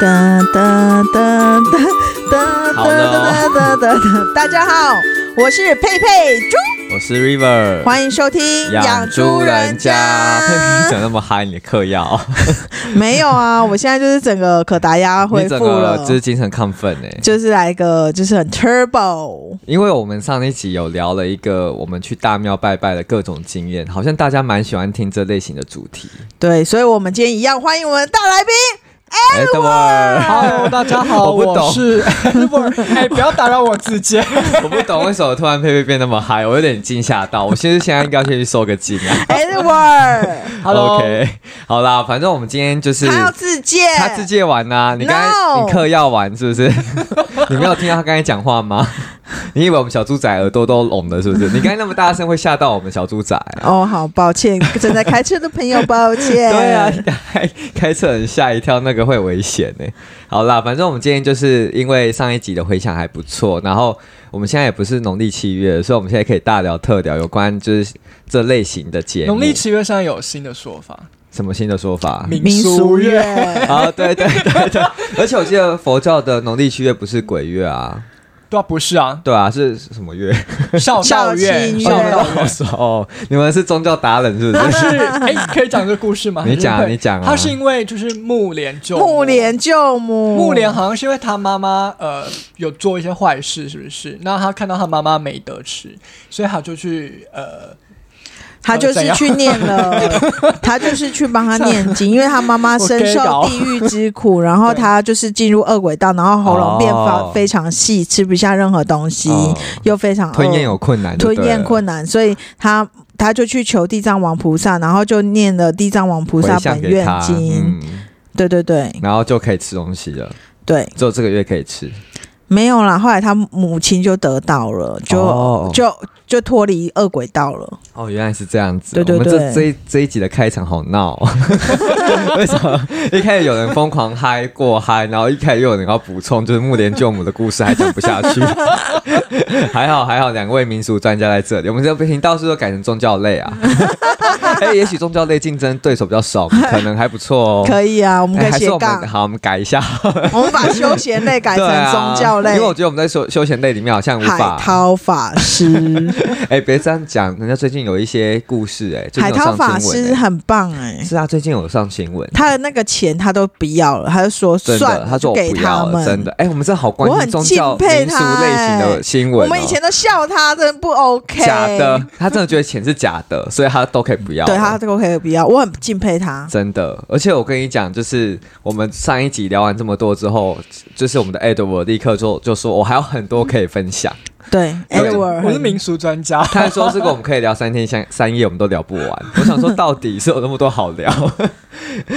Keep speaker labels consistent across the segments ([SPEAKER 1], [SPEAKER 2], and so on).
[SPEAKER 1] 哒哒哒哒哒
[SPEAKER 2] 好的
[SPEAKER 1] 哒
[SPEAKER 2] 哦
[SPEAKER 1] 哒哒哒哒。大家好，我是佩佩猪，
[SPEAKER 2] 我是 River，
[SPEAKER 1] 欢迎收听《
[SPEAKER 2] 养猪人家。 佩佩，你怎么那么嗨？你的嗑药，
[SPEAKER 1] 没有啊，我现在就是整个可达鸭恢
[SPEAKER 2] 你整
[SPEAKER 1] 复
[SPEAKER 2] 个
[SPEAKER 1] 了，
[SPEAKER 2] 就是精神亢奋哎、
[SPEAKER 1] 就是来一个就是很 turbo。
[SPEAKER 2] 因为我们上一集有聊了一个我们去大庙拜拜的各种经验，好像大家蛮喜欢听这类型的主题。
[SPEAKER 1] 对，所以我们今天一样欢迎我们的大来宾。
[SPEAKER 2] 哎，等会儿，
[SPEAKER 3] Hello，大家好，
[SPEAKER 2] 我不懂
[SPEAKER 3] 是 Edward。哎，不要打扰我自己。
[SPEAKER 2] 我不懂为什么突然佩佩变那么嗨，我有点惊吓到。我其实现在应该先去收个惊啊。
[SPEAKER 1] Edward，
[SPEAKER 3] Hello，
[SPEAKER 2] OK，好啦，反正我们今天就是
[SPEAKER 1] 他要自荐，
[SPEAKER 2] 他自荐完呐、你刚才
[SPEAKER 1] No
[SPEAKER 2] 你嗑药完是不是？你没有听到他刚才讲话吗？你以为我们小猪仔耳朵都聋了是不是？你刚才那么大声会吓到我们小猪仔。
[SPEAKER 1] 哦，好抱歉，正在开车的朋友，抱歉。
[SPEAKER 2] 对啊，你开开车很吓一跳，那个会危险呢、好啦，反正我们今天就是因为上一集的回响还不错，然后我们现在也不是农历七月，所以我们现在可以大聊特聊有关就是这类型的节目。
[SPEAKER 3] 农历七月现在有新的说法，
[SPEAKER 2] 什么新的说法？
[SPEAKER 1] 民俗月，
[SPEAKER 2] 啊，对对对对，而且我记得佛教的农历七月不是鬼月啊，
[SPEAKER 3] 对啊，不是啊，
[SPEAKER 2] 对啊，是什 么月？
[SPEAKER 3] 孝道
[SPEAKER 1] 孝
[SPEAKER 3] 月，
[SPEAKER 1] 庆
[SPEAKER 3] 孝
[SPEAKER 1] 月
[SPEAKER 3] 道
[SPEAKER 2] 哦
[SPEAKER 3] 月。
[SPEAKER 2] 哦，你们是宗教达人是不
[SPEAKER 3] 它
[SPEAKER 2] 是？
[SPEAKER 3] 是 哎，可以讲这个故事吗？
[SPEAKER 2] 你讲啊
[SPEAKER 3] 还是会
[SPEAKER 2] 你讲啊
[SPEAKER 3] 它是因为就是木莲救
[SPEAKER 1] 木莲救母，
[SPEAKER 3] 木莲好像是因为他妈妈呃有做一些坏事，是不是？那他看到他妈妈没得吃，所以他就去呃
[SPEAKER 1] 他就是去念 了，他就是去帮他念经，因为他妈妈深受地狱之 苦，然后他就是进入恶鬼道，然后喉咙变
[SPEAKER 2] 哦
[SPEAKER 1] 发非常细，吃不下任何东西，
[SPEAKER 2] 哦
[SPEAKER 1] 又非常饿
[SPEAKER 2] 吞咽有困难就对
[SPEAKER 1] 吞
[SPEAKER 2] 了，
[SPEAKER 1] 咽困难，所以他他就去求地藏王菩萨，然后就念了地藏王菩萨
[SPEAKER 2] 回向
[SPEAKER 1] 本
[SPEAKER 2] 给
[SPEAKER 1] 愿
[SPEAKER 2] 他
[SPEAKER 1] 经，
[SPEAKER 2] 嗯，
[SPEAKER 1] 对对对
[SPEAKER 2] 然后就可以吃东西了，
[SPEAKER 1] 对，
[SPEAKER 2] 只有这个月可以吃。
[SPEAKER 1] 没有啦。后来他母亲就得到了，就、
[SPEAKER 2] 哦
[SPEAKER 1] 就就脱离恶鬼道了。
[SPEAKER 2] 哦，原来是这样子。
[SPEAKER 1] 对对
[SPEAKER 2] 我
[SPEAKER 1] 对
[SPEAKER 2] 们这这一这一集的开场好闹、哦， 为什么一开始有人疯狂嗨过嗨，然后一开始又有人要补充，就是木莲救母的故事还讲不下去。 还好还好，两位民俗专家在这里，我们这个频道是说改成宗教类啊。哎、也许宗教类竞争对手比较少，可能还不错哦。
[SPEAKER 1] 可以啊，我们可
[SPEAKER 2] 哎
[SPEAKER 1] 以
[SPEAKER 2] 还是
[SPEAKER 1] 斜
[SPEAKER 2] 我
[SPEAKER 1] 杠
[SPEAKER 2] 们，好，我们改一下，
[SPEAKER 1] 我们把休闲类改成
[SPEAKER 2] 对啊
[SPEAKER 1] 宗教类，
[SPEAKER 2] 因为我觉得我们在休休闲类里面好像无
[SPEAKER 1] 海
[SPEAKER 2] 法。
[SPEAKER 1] 涛法师，
[SPEAKER 2] 哎、别这样讲，人家最近有一些故事、哎， 最近
[SPEAKER 1] 海
[SPEAKER 2] 有
[SPEAKER 1] 涛
[SPEAKER 2] 上
[SPEAKER 1] 法
[SPEAKER 2] 新闻
[SPEAKER 1] 师
[SPEAKER 2] 哎
[SPEAKER 1] 很棒哎、
[SPEAKER 2] 是啊，最近有上新闻，
[SPEAKER 1] 他的那个钱他都不要了，他就说
[SPEAKER 2] 真
[SPEAKER 1] 算
[SPEAKER 2] 的，
[SPEAKER 1] 了，
[SPEAKER 2] 他说我
[SPEAKER 1] 就给
[SPEAKER 2] 不要
[SPEAKER 1] 他
[SPEAKER 2] 了，
[SPEAKER 1] 们。
[SPEAKER 2] 真的。哎、我们这好关
[SPEAKER 1] 我
[SPEAKER 2] 心
[SPEAKER 1] 很
[SPEAKER 2] 宗
[SPEAKER 1] 敬
[SPEAKER 2] 教
[SPEAKER 1] 佩
[SPEAKER 2] 民俗
[SPEAKER 1] 他欸
[SPEAKER 2] 类型的新闻、
[SPEAKER 1] 我
[SPEAKER 2] 哦，
[SPEAKER 1] 们以前都笑他，真的不 OK。
[SPEAKER 2] 假的，，他真的觉得钱是假的，所以他都可以不要了。
[SPEAKER 1] 对他都可以不要，我很敬佩他。
[SPEAKER 2] 真的，而且我跟你讲，就是我们上一集聊完这么多之后，就是我们的 Edward 立刻就就说，我还有很多可以分享。
[SPEAKER 1] 对
[SPEAKER 2] 对
[SPEAKER 1] ，Edward，
[SPEAKER 3] 我是民俗专家，
[SPEAKER 2] 他还说这个我们可以聊三天三三夜，我们都聊不完。我想说，到底是有那么多好聊？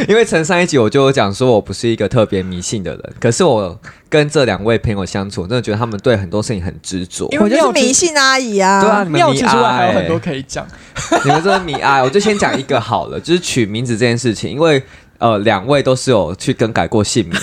[SPEAKER 2] 因为从上一集我就有讲说，我不是一个特别迷信的人，可是我跟这两位朋友相处，我真的觉得他们对很多事情很执着。
[SPEAKER 3] 因为
[SPEAKER 1] 我就是迷信阿姨啊。
[SPEAKER 2] 对啊，你们
[SPEAKER 3] 庙
[SPEAKER 2] 迷
[SPEAKER 3] 其实我还有很
[SPEAKER 2] 爱
[SPEAKER 3] 多，可以讲。
[SPEAKER 2] 你们真的迷爱。我就先讲一个好了，就是取名字这件事情，因为呃，两位都是有去更改过姓名 的。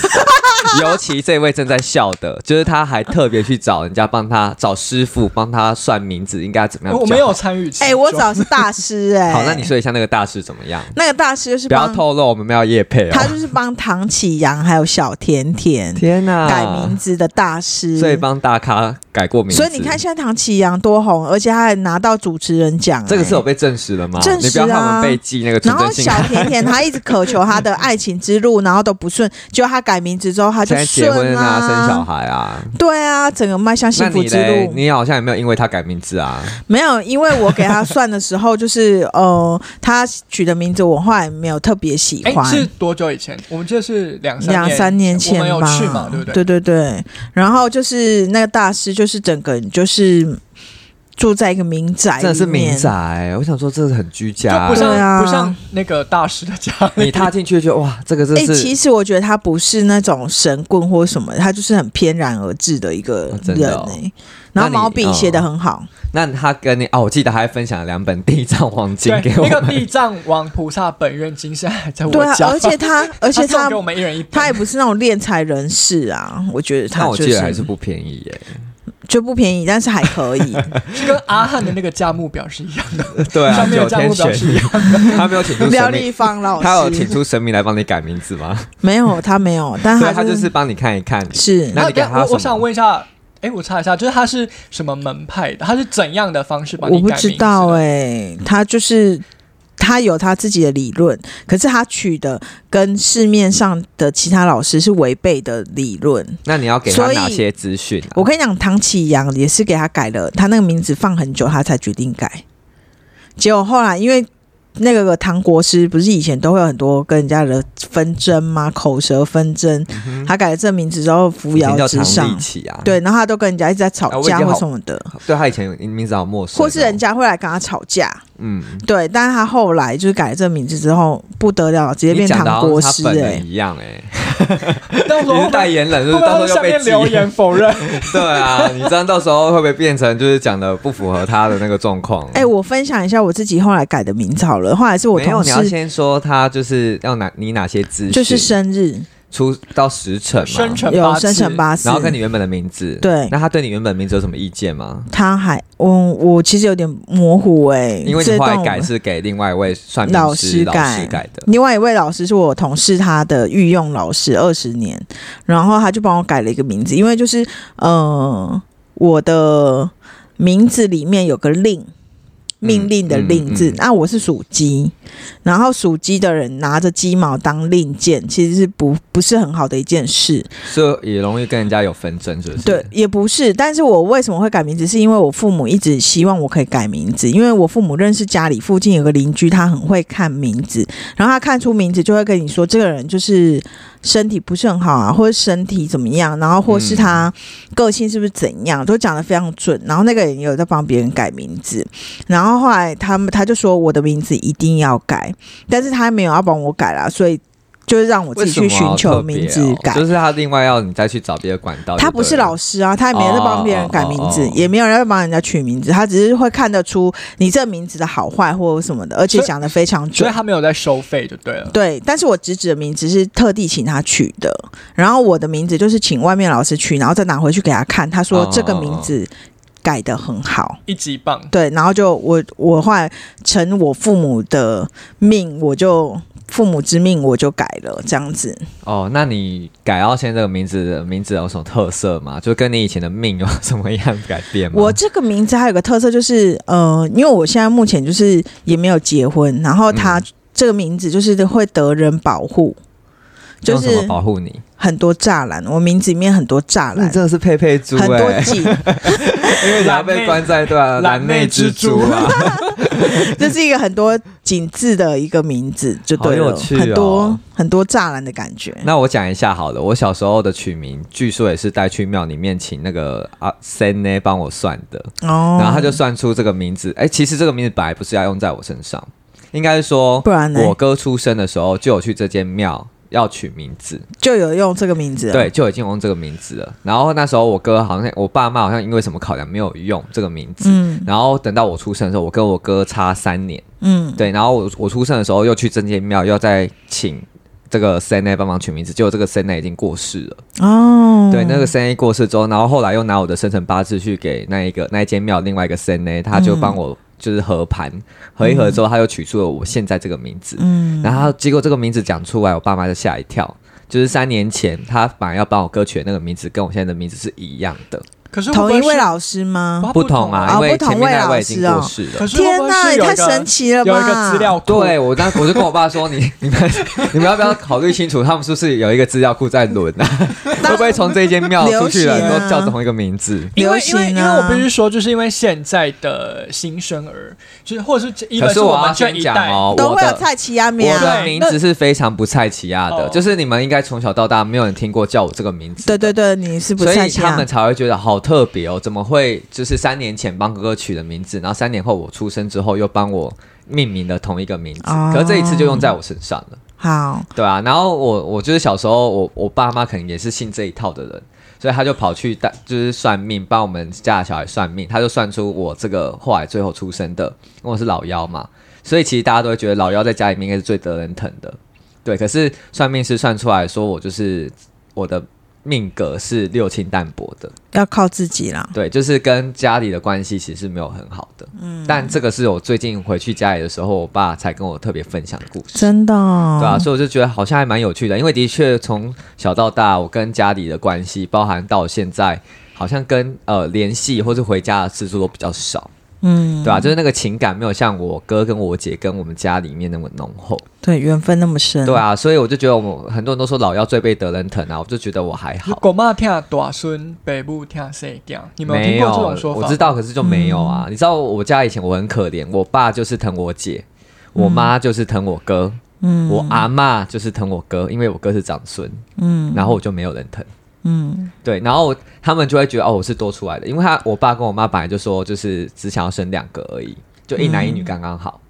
[SPEAKER 2] 尤其这位正在笑的，就是他还特别去找人家帮他找师傅帮他算名字应该怎么样比
[SPEAKER 3] 我
[SPEAKER 2] 较
[SPEAKER 3] 没
[SPEAKER 2] 好。
[SPEAKER 3] 有参与其中。
[SPEAKER 1] 哎、我找的是大师哎、
[SPEAKER 2] 好，那你说一下那个大师怎么样？
[SPEAKER 1] 那个大师就是
[SPEAKER 2] 不要
[SPEAKER 1] 帮
[SPEAKER 2] 透露，我们没有夜配哦。
[SPEAKER 1] 他就是帮唐启阳还有小甜甜
[SPEAKER 2] 天哪、
[SPEAKER 1] 改名字的大师，
[SPEAKER 2] 所以帮大咖改过名字。
[SPEAKER 1] 所以你看，，现在唐启阳多红，而且他还拿到主持人奖、
[SPEAKER 2] 这个是有
[SPEAKER 1] 哎。
[SPEAKER 2] 被证实了吗？
[SPEAKER 1] 证实啊
[SPEAKER 2] 你不要看我们被记那个
[SPEAKER 1] 然
[SPEAKER 2] 纯
[SPEAKER 1] 后
[SPEAKER 2] 真性
[SPEAKER 1] 小
[SPEAKER 2] 卡，
[SPEAKER 1] 甜甜她一直渴求她的爱情之路，然后都不顺，结果她改名字之后，她就
[SPEAKER 2] 现在结婚
[SPEAKER 1] 顺啦、
[SPEAKER 2] 啊，生小孩啊。
[SPEAKER 1] 对啊，整个迈向
[SPEAKER 2] 那
[SPEAKER 1] 幸福
[SPEAKER 2] 你
[SPEAKER 1] 之
[SPEAKER 2] 嘞
[SPEAKER 1] 路，。
[SPEAKER 2] 你好像也没有因为他改名字啊？
[SPEAKER 1] 没有，因为我给她算的时候，就是呃，她取的名字我后来没有特别喜
[SPEAKER 3] 哎、
[SPEAKER 1] 欢，
[SPEAKER 3] 是多久以前？我们记得是两三
[SPEAKER 1] 两三年前吧，
[SPEAKER 3] 我们有去嘛，对不对？
[SPEAKER 1] 对对对然后就是那个大师，就是整个人就是住在一个民宅里面，
[SPEAKER 2] 真的是民宅，我想说这是很居
[SPEAKER 3] 就
[SPEAKER 2] 家
[SPEAKER 3] 不。像、
[SPEAKER 1] 对啊
[SPEAKER 3] 不像那个大师的家里，
[SPEAKER 2] 你踏进去就哇，这个真
[SPEAKER 1] 哎、其
[SPEAKER 2] 是
[SPEAKER 1] 实我觉得他不是那种神棍或什么，他就是很翩然而至的一个
[SPEAKER 2] 真
[SPEAKER 1] 人
[SPEAKER 2] 的
[SPEAKER 1] 哎、
[SPEAKER 2] 哦
[SPEAKER 1] 然后
[SPEAKER 2] 那你哦
[SPEAKER 1] 毛笔写的很好，
[SPEAKER 2] 那他跟你哦，我记得还分享了两本地藏王经
[SPEAKER 3] 对
[SPEAKER 2] 给我
[SPEAKER 3] 那个
[SPEAKER 2] 们，
[SPEAKER 3] 地藏王菩萨本愿经现在还在我
[SPEAKER 1] 对啊，
[SPEAKER 3] 家，
[SPEAKER 1] 而 且他，而
[SPEAKER 3] 而
[SPEAKER 1] 且
[SPEAKER 3] 他
[SPEAKER 1] 他
[SPEAKER 3] 送给我们一人一本，
[SPEAKER 1] 他也不是那种敛财人士啊，我觉得他
[SPEAKER 2] 但我
[SPEAKER 1] 就
[SPEAKER 2] 记
[SPEAKER 1] 是
[SPEAKER 2] 得还是不便宜耶。
[SPEAKER 1] 就不便宜，但是还可以。
[SPEAKER 3] 是跟阿汉的那个价目表是一样的，
[SPEAKER 2] 对啊，
[SPEAKER 3] 上面
[SPEAKER 2] 九
[SPEAKER 3] 的价
[SPEAKER 2] 天
[SPEAKER 3] 目表
[SPEAKER 2] 玄
[SPEAKER 3] 是一
[SPEAKER 2] 女
[SPEAKER 3] 样，
[SPEAKER 2] 他没有请 出
[SPEAKER 1] 廖
[SPEAKER 2] 神
[SPEAKER 1] 立
[SPEAKER 2] 明，
[SPEAKER 1] 芳老师，
[SPEAKER 2] 他有请出神明来帮你改名字吗？
[SPEAKER 1] 没有他没有，但
[SPEAKER 2] 对，
[SPEAKER 1] 啊他
[SPEAKER 2] 他就是帮你看一看。
[SPEAKER 1] 是
[SPEAKER 2] 那
[SPEAKER 3] 那
[SPEAKER 2] 你给他什
[SPEAKER 3] 我
[SPEAKER 2] 么
[SPEAKER 3] 我想问一下，哎，我查一下，就是他是什么门派的？他是怎样的方式帮你
[SPEAKER 1] 我
[SPEAKER 3] 改
[SPEAKER 1] 不
[SPEAKER 3] 名字
[SPEAKER 1] 知
[SPEAKER 3] 的？
[SPEAKER 1] 道哎、他就是他有他自己的理论，可是他取的跟市面上的其他老师是违背的理论。
[SPEAKER 2] 那你要给他
[SPEAKER 1] 所以
[SPEAKER 2] 哪些资讯啊？
[SPEAKER 1] 我跟你讲，唐启阳也是给他改了，他那个名字放很久，他才决定改。结果后来因为。那个唐国师不是以前都会有很多跟人家的纷争吗？口舌纷争，他改了这名字之后扶
[SPEAKER 2] 嗯以前
[SPEAKER 1] 摇
[SPEAKER 2] 叫
[SPEAKER 1] 直
[SPEAKER 2] 唐立
[SPEAKER 1] 上，
[SPEAKER 2] 奇啊，
[SPEAKER 1] 对，然后他都跟人家一直在
[SPEAKER 2] 啊
[SPEAKER 1] 吵
[SPEAKER 2] 我已经
[SPEAKER 1] 架或
[SPEAKER 2] 好
[SPEAKER 1] 什么的，
[SPEAKER 2] 对，他以前名字好陌生哦，
[SPEAKER 1] 或是人家会来跟他吵架，
[SPEAKER 2] 嗯，
[SPEAKER 1] 对，但是他后来就是改了这个名字之后，不得了，直接
[SPEAKER 2] 你
[SPEAKER 1] 变
[SPEAKER 2] 讲的
[SPEAKER 1] 唐
[SPEAKER 2] 好
[SPEAKER 1] 国
[SPEAKER 2] 像
[SPEAKER 1] 师
[SPEAKER 2] 他本
[SPEAKER 1] 哎、
[SPEAKER 2] 人一样哎，
[SPEAKER 3] 到时
[SPEAKER 2] 你
[SPEAKER 3] 候
[SPEAKER 2] 是代言人，是不
[SPEAKER 3] 会 不
[SPEAKER 2] 是到时候
[SPEAKER 3] 会下
[SPEAKER 2] 又被
[SPEAKER 3] 面
[SPEAKER 2] 挤
[SPEAKER 3] 留言否认？
[SPEAKER 2] 对啊，你这样到时候会不会变成就是讲的不符合他的那个状况？啊
[SPEAKER 1] 哎、我分享一下我自己后来改的名字好了，后来是我
[SPEAKER 2] 没有，
[SPEAKER 1] 同
[SPEAKER 2] 你要
[SPEAKER 1] 事
[SPEAKER 2] 先说他就是要哪你哪些资讯，
[SPEAKER 1] 就是生日
[SPEAKER 2] 出到时辰
[SPEAKER 3] 生
[SPEAKER 2] 嘛，
[SPEAKER 3] 辰
[SPEAKER 1] 有
[SPEAKER 3] 八字
[SPEAKER 1] 生辰八字，
[SPEAKER 2] 然后跟你原本的名字。
[SPEAKER 1] 对
[SPEAKER 2] 那他对你原本名字有什么意见吗？
[SPEAKER 1] 他还我我其实有点模糊哎、
[SPEAKER 2] 因为你
[SPEAKER 1] 这
[SPEAKER 2] 后
[SPEAKER 1] 段
[SPEAKER 2] 来
[SPEAKER 1] 我
[SPEAKER 2] 改是给另外一位算命
[SPEAKER 1] 老
[SPEAKER 2] 师
[SPEAKER 1] 师
[SPEAKER 2] 老
[SPEAKER 1] 改
[SPEAKER 2] 师改的，
[SPEAKER 1] 另外一位老师是我同事，他的御用老师二十年，然后他就帮我改了一个名字，因为就是呃，我的名字里面有个令。命令的令字，
[SPEAKER 2] 嗯嗯嗯
[SPEAKER 1] 那、我是属鸡，然后属鸡的人拿着鸡毛当令箭，其实是不不是很好的一件事，
[SPEAKER 2] 所以也容易跟人家有纷争，是不是？
[SPEAKER 1] 对，也不是。但是我为什么会改名字，是因为我父母一直希望我可以改名字，因为我父母认识家里附近有个邻居，他很会看名字，然后他看出名字就会跟你说，这个人就是身体不是很好啊，或者身体怎么样，然后或是
[SPEAKER 2] 嗯
[SPEAKER 1] 他个性是不是怎样，都讲得非常准。然后那个人也有在帮别人改名字，然后后来他们他就说我的名字一定要改，但是他没有要帮我改啦，所以。就是让我
[SPEAKER 2] 为
[SPEAKER 1] 自己去
[SPEAKER 2] 什么
[SPEAKER 1] 寻
[SPEAKER 2] 要特
[SPEAKER 1] 求
[SPEAKER 2] 别
[SPEAKER 1] 名字
[SPEAKER 2] 哦
[SPEAKER 1] 改，
[SPEAKER 2] 就是他另外要你再去找别的管道就对了。
[SPEAKER 1] 他不是老师啊，他也没有在帮别人改名字，
[SPEAKER 2] 哦哦哦哦
[SPEAKER 1] 也没有人在帮人家取名字，他只是会看得出你这名字的好坏或什么的，而且
[SPEAKER 3] 所以
[SPEAKER 1] 讲的非常
[SPEAKER 3] 所以
[SPEAKER 1] 准。
[SPEAKER 3] 他没有在收费就对了。
[SPEAKER 1] 对，但是我侄子的名字是特地请他取的，然后我的名字就是请外面老师取，然后再拿回去给他看，他
[SPEAKER 2] 哦
[SPEAKER 1] 说
[SPEAKER 2] 哦哦
[SPEAKER 1] 这个名字改的很好。
[SPEAKER 3] 一级棒，
[SPEAKER 1] 对，然后就我我后来承我父母的命，我就父母之命，我就改了这样子。
[SPEAKER 2] 哦，那你改到现在这个名字的名字有什么特色吗？就跟你以前的命有什么样的改变吗？
[SPEAKER 1] 我这个名字还有个特色就是，呃，因为我现在目前就是也没有结婚，然后
[SPEAKER 2] 嗯
[SPEAKER 1] 他这个名字就是会得人保护，就
[SPEAKER 2] 用什
[SPEAKER 1] 是
[SPEAKER 2] 么保护嗯你？
[SPEAKER 1] 很多栅栏，我名字里面很多栅
[SPEAKER 2] 那
[SPEAKER 1] 栏
[SPEAKER 2] 你。真的是佩佩猪
[SPEAKER 1] 很多
[SPEAKER 2] 哎、
[SPEAKER 1] 井，
[SPEAKER 2] 因为你要被关在对啊，
[SPEAKER 3] 蓝内
[SPEAKER 2] 内蜘蛛啊，
[SPEAKER 1] 这是一个很多井字的一个名字，就对
[SPEAKER 2] 好
[SPEAKER 1] 了，
[SPEAKER 2] 有趣哦
[SPEAKER 1] 很多很多栅栏的感觉。
[SPEAKER 2] 那我讲一下好了，我小时候的取名，据说也是带去庙里面请那个阿森呢帮我算的，
[SPEAKER 1] 哦，
[SPEAKER 2] 然后他就算出这个名字。哎、其实这个名字本来不是要用在我身上，应该是说
[SPEAKER 1] 不然呢
[SPEAKER 2] 我哥出生的时候就有去这间庙要取名字，
[SPEAKER 1] 就有用这个名字了，
[SPEAKER 2] 对，就已经用这个名字了。然后那时候我哥好像我爸妈好像因为什么考量没有用这个名字，
[SPEAKER 1] 嗯
[SPEAKER 2] 然后等到我出生的时候，我跟我哥差三年。
[SPEAKER 1] 嗯，
[SPEAKER 2] 对，然后我我出生的时候又去真间庙，要再请这个 Senai 帮忙取名字，结果这个 Senai 已经过世了。
[SPEAKER 1] 哦，
[SPEAKER 2] 对，那个 Senai 过世之后，然后后来又拿我的生辰八字去给那一个那一间庙另外一个 Senai，他就帮我就是合盘，合一合之后，他又取出了我现在这个名字。
[SPEAKER 1] 嗯，
[SPEAKER 2] 然后结果这个名字讲出来，我爸妈就吓一跳。就是三年前，他本来要帮我哥取的那个名字，跟我现在的名字是一样的，
[SPEAKER 3] 可是会不
[SPEAKER 1] 同
[SPEAKER 3] 会
[SPEAKER 1] 一
[SPEAKER 3] 是
[SPEAKER 1] 位老师吗？
[SPEAKER 3] 不
[SPEAKER 2] 不同啊，
[SPEAKER 1] 哦
[SPEAKER 2] 因为
[SPEAKER 1] 不同
[SPEAKER 2] 前面
[SPEAKER 1] 位
[SPEAKER 2] 那
[SPEAKER 1] 老
[SPEAKER 2] 位已经
[SPEAKER 1] 师哦
[SPEAKER 2] 过世了。
[SPEAKER 3] 可是会
[SPEAKER 1] 天
[SPEAKER 3] 不会
[SPEAKER 1] 哪，
[SPEAKER 3] 是
[SPEAKER 1] 也
[SPEAKER 3] 有一
[SPEAKER 1] 太
[SPEAKER 3] 个
[SPEAKER 1] 神奇了吧！
[SPEAKER 3] 有一个资料库，
[SPEAKER 2] 对我当我就跟我爸说，你 你们你们要不要考虑清楚，他们是不是有一个资料库在轮啊？ 会不会从这间庙出去的人
[SPEAKER 1] 流行
[SPEAKER 2] 都
[SPEAKER 1] 啊
[SPEAKER 2] 叫同一个名字？
[SPEAKER 3] 因为
[SPEAKER 1] 流
[SPEAKER 3] 因为
[SPEAKER 1] 行
[SPEAKER 3] 因为
[SPEAKER 1] 啊
[SPEAKER 3] 我必须说，就是因为现在的新生儿，就是或者是一
[SPEAKER 2] 可
[SPEAKER 3] 本
[SPEAKER 2] 是
[SPEAKER 3] 我
[SPEAKER 2] 要
[SPEAKER 3] 们这
[SPEAKER 2] 先
[SPEAKER 3] 一
[SPEAKER 2] 讲
[SPEAKER 3] 代，
[SPEAKER 2] 哦，
[SPEAKER 1] 都
[SPEAKER 2] 我
[SPEAKER 1] 会有
[SPEAKER 2] 的
[SPEAKER 1] 蔡奇亚米
[SPEAKER 2] 我
[SPEAKER 1] 啊，
[SPEAKER 2] 的名字是非常不菜奇亚的，
[SPEAKER 3] 哦
[SPEAKER 2] 就是你们应该从小到大没有人听过叫我这个名字。
[SPEAKER 1] 对对对，你是不
[SPEAKER 2] 所
[SPEAKER 1] 蔡
[SPEAKER 2] 以
[SPEAKER 1] 奇
[SPEAKER 2] 他
[SPEAKER 1] 亚
[SPEAKER 2] 们？才会觉得好特别哦，怎么会就是三年前帮哥哥取的名字，然后三年后我出生之后又帮我命名了同一个名字，
[SPEAKER 1] 哦
[SPEAKER 2] 可是这一次就用在我身上了。
[SPEAKER 1] 好，
[SPEAKER 2] 对啊，然后我我就是小时候我我爸妈可能也是信这一套的人，所以他就跑去带就是算命，帮我们家的小孩算命，他就算出我这个后来最后出生的，因为我是老幺嘛，所以其实大家都会觉得老幺在家里面应该是最得人疼的，对。可是算命师算出来说我就是我的命格是六亲淡薄的，
[SPEAKER 1] 要靠自己啦。
[SPEAKER 2] 对，就是跟家里的关系其实没有很好的。嗯，但这个是我最近回去家里的时候，我爸才跟我特别分享的故事。
[SPEAKER 1] 真的、哦，
[SPEAKER 2] 对啊，所以我就觉得好像还蛮有趣的，因为的确从小到大，我跟家里的关系，包含到现在，好像跟呃联系或是回家的次数都比较少，
[SPEAKER 1] 嗯，
[SPEAKER 2] 对吧、就是那个情感没有像我哥跟我姐跟我们家里面那么浓厚，
[SPEAKER 1] 对，缘分那么
[SPEAKER 3] 嗯
[SPEAKER 1] 深，
[SPEAKER 2] 对啊，所以我就觉得我们很多人都说老幺最被得人疼啊，我就觉得我还好。
[SPEAKER 3] 狗妈听短孙，北部听谁听？你们有
[SPEAKER 2] 没
[SPEAKER 3] 听过
[SPEAKER 2] 有，
[SPEAKER 3] 这种说法？嗯
[SPEAKER 2] 我知道，，可是就没有啊。你知道我家以前我很可怜，我爸就是疼我姐，
[SPEAKER 3] 嗯
[SPEAKER 2] 我妈就是疼我哥，
[SPEAKER 1] 嗯
[SPEAKER 2] 我阿嬷就是疼我哥，因为我哥是长孙，
[SPEAKER 1] 嗯
[SPEAKER 2] 然后我就没有人疼。
[SPEAKER 1] 嗯，
[SPEAKER 2] 对，然后他们就会觉得哦，我是多出来的，因为他我爸跟我妈本来就说，就是只想要生两个而已，就一男一
[SPEAKER 1] 嗯
[SPEAKER 2] 女刚刚好。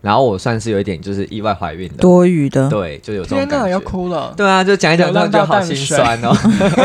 [SPEAKER 2] 然后我算是有一点就是意外怀孕的，
[SPEAKER 1] 多余的，
[SPEAKER 2] 对，就有这
[SPEAKER 3] 天
[SPEAKER 2] 种
[SPEAKER 3] 哪，
[SPEAKER 2] 感
[SPEAKER 3] 要
[SPEAKER 2] 觉。
[SPEAKER 3] 哭了。
[SPEAKER 2] 对啊，就讲一讲，
[SPEAKER 3] 有
[SPEAKER 2] 突然
[SPEAKER 3] 浪
[SPEAKER 2] 觉得
[SPEAKER 3] 到
[SPEAKER 2] 好
[SPEAKER 3] 淡
[SPEAKER 2] 心
[SPEAKER 3] 水
[SPEAKER 2] 酸哦。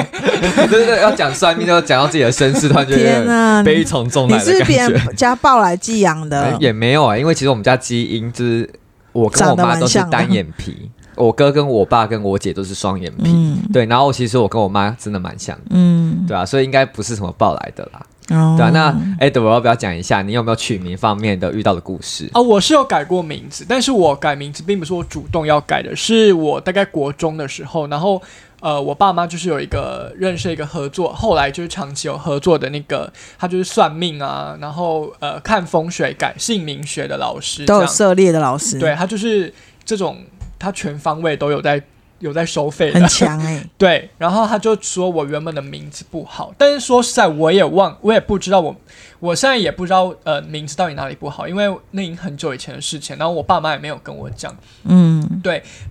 [SPEAKER 2] 对对，要讲算命，就讲到自己的身世，突然觉
[SPEAKER 1] 天哪
[SPEAKER 2] 得悲从中
[SPEAKER 1] 你
[SPEAKER 2] 来的
[SPEAKER 1] 是
[SPEAKER 2] 感
[SPEAKER 1] 别
[SPEAKER 2] 觉。
[SPEAKER 1] 人 家抱来寄养的，
[SPEAKER 2] 也没有啊、因为其实我们家基因就是我跟我
[SPEAKER 1] 长得
[SPEAKER 2] 妈
[SPEAKER 1] 蛮
[SPEAKER 2] 都是
[SPEAKER 1] 像的
[SPEAKER 2] 单眼皮，我哥跟我爸跟我姐都是双眼皮。
[SPEAKER 1] 嗯
[SPEAKER 2] 对，然后其实我跟我妈真的蛮像的，
[SPEAKER 1] 嗯，
[SPEAKER 2] 对啊，所以应该不是什么抱来的啦。
[SPEAKER 1] 哦
[SPEAKER 2] 对啊，那哎，等、我要不要讲一下你有没有取名方面的遇到的故事？
[SPEAKER 3] 啊，我是有改过名字，但是我改名字并不是我主动要改的，是我大概国中的时候，然后呃，我爸妈就是有一个认识一个合作，后来就是长期有合作的那个，他就是算命啊，然后呃看风水、改姓名学的老师，这
[SPEAKER 1] 都有
[SPEAKER 3] 样
[SPEAKER 1] 涉猎的老师，
[SPEAKER 3] 对，他就是这种，他全方位都有在有在收费的
[SPEAKER 1] 很，强哎、
[SPEAKER 3] 对，然后他就说我原本的名字不好，但是说实在，我也忘，我也不知道我，我现在也不知道呃名字到底哪里不好，因为那已经很久以前的事情，然后我爸妈也没有跟我讲，
[SPEAKER 1] 嗯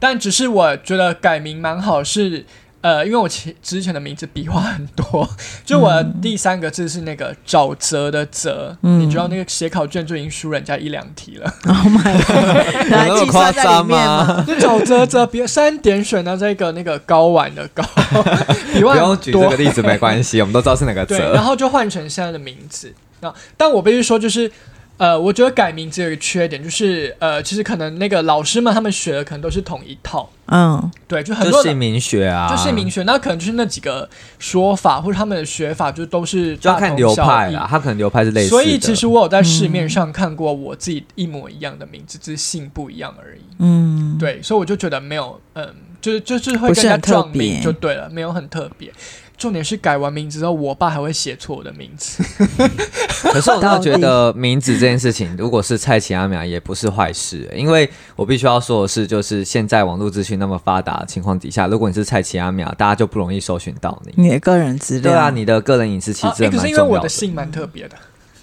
[SPEAKER 3] 但只是我觉得改名蛮好是。呃，因为我其之前的名字笔画很多， 就我的第三个字是那个沼泽的泽，
[SPEAKER 1] 嗯
[SPEAKER 3] 你知道那个写考卷就已经输人家一两题 了。
[SPEAKER 1] ，Oh my god，
[SPEAKER 2] 有
[SPEAKER 1] 来
[SPEAKER 2] 那么
[SPEAKER 1] 计算在里面
[SPEAKER 2] 夸张啊
[SPEAKER 1] 吗？
[SPEAKER 3] 就沼泽泽别三点水，然后再一个那个睾丸的 睾，笔
[SPEAKER 2] 不
[SPEAKER 3] 画
[SPEAKER 2] 用
[SPEAKER 3] 很
[SPEAKER 2] 举这
[SPEAKER 3] 多
[SPEAKER 2] 个。例子没关 系，我们都知道是哪个
[SPEAKER 3] 对，
[SPEAKER 2] 折
[SPEAKER 3] 然。后就换成现在的名字。那但我必须说，就是呃，我觉得改名字有一个缺点，就是呃，其实可能那个老师们他们学的可能都是同一套，
[SPEAKER 1] 嗯
[SPEAKER 3] 对，就很
[SPEAKER 2] 就
[SPEAKER 3] 多
[SPEAKER 2] 姓
[SPEAKER 3] 人。
[SPEAKER 2] 名学啊，
[SPEAKER 3] 就姓名学，那可能就是那几个说法或者他们的学法，就都是
[SPEAKER 2] 就要
[SPEAKER 3] 大
[SPEAKER 2] 看
[SPEAKER 3] 同
[SPEAKER 2] 流
[SPEAKER 3] 啊小
[SPEAKER 2] 派
[SPEAKER 3] 异
[SPEAKER 2] 啦，他可能流派是类似的。
[SPEAKER 3] 所以其实我有
[SPEAKER 1] 嗯
[SPEAKER 3] 在市面上看过我自己一模一样的名字，只是姓不一样而已。
[SPEAKER 1] 嗯，
[SPEAKER 3] 对，所以我就觉得没有，嗯，就是就是会
[SPEAKER 1] 不
[SPEAKER 3] 跟
[SPEAKER 1] 是
[SPEAKER 3] 人家
[SPEAKER 1] 很特
[SPEAKER 3] 撞名
[SPEAKER 1] 别
[SPEAKER 3] 就对了，没有很特别。重点是改完名字之后，我爸还会写错我的名字。
[SPEAKER 2] 可是我真
[SPEAKER 1] 到
[SPEAKER 2] 的
[SPEAKER 1] 底
[SPEAKER 2] 觉得名字这件事情，如果是蔡奇阿苗也不是坏事，欸因为我必须要说的是，就是现在网络资讯那么发达的情况底下，如果你是蔡奇阿苗，大家就不容易搜寻到你。
[SPEAKER 1] 你的个人资料，
[SPEAKER 2] 对啊，你的个人隐私其
[SPEAKER 3] 啊
[SPEAKER 2] 实
[SPEAKER 3] 诶
[SPEAKER 2] 真的
[SPEAKER 3] 可是
[SPEAKER 2] 蛮
[SPEAKER 3] 因为
[SPEAKER 2] 重
[SPEAKER 3] 我
[SPEAKER 2] 要
[SPEAKER 3] 的
[SPEAKER 2] 的，
[SPEAKER 3] 姓蛮特
[SPEAKER 1] 嗯
[SPEAKER 3] 别的，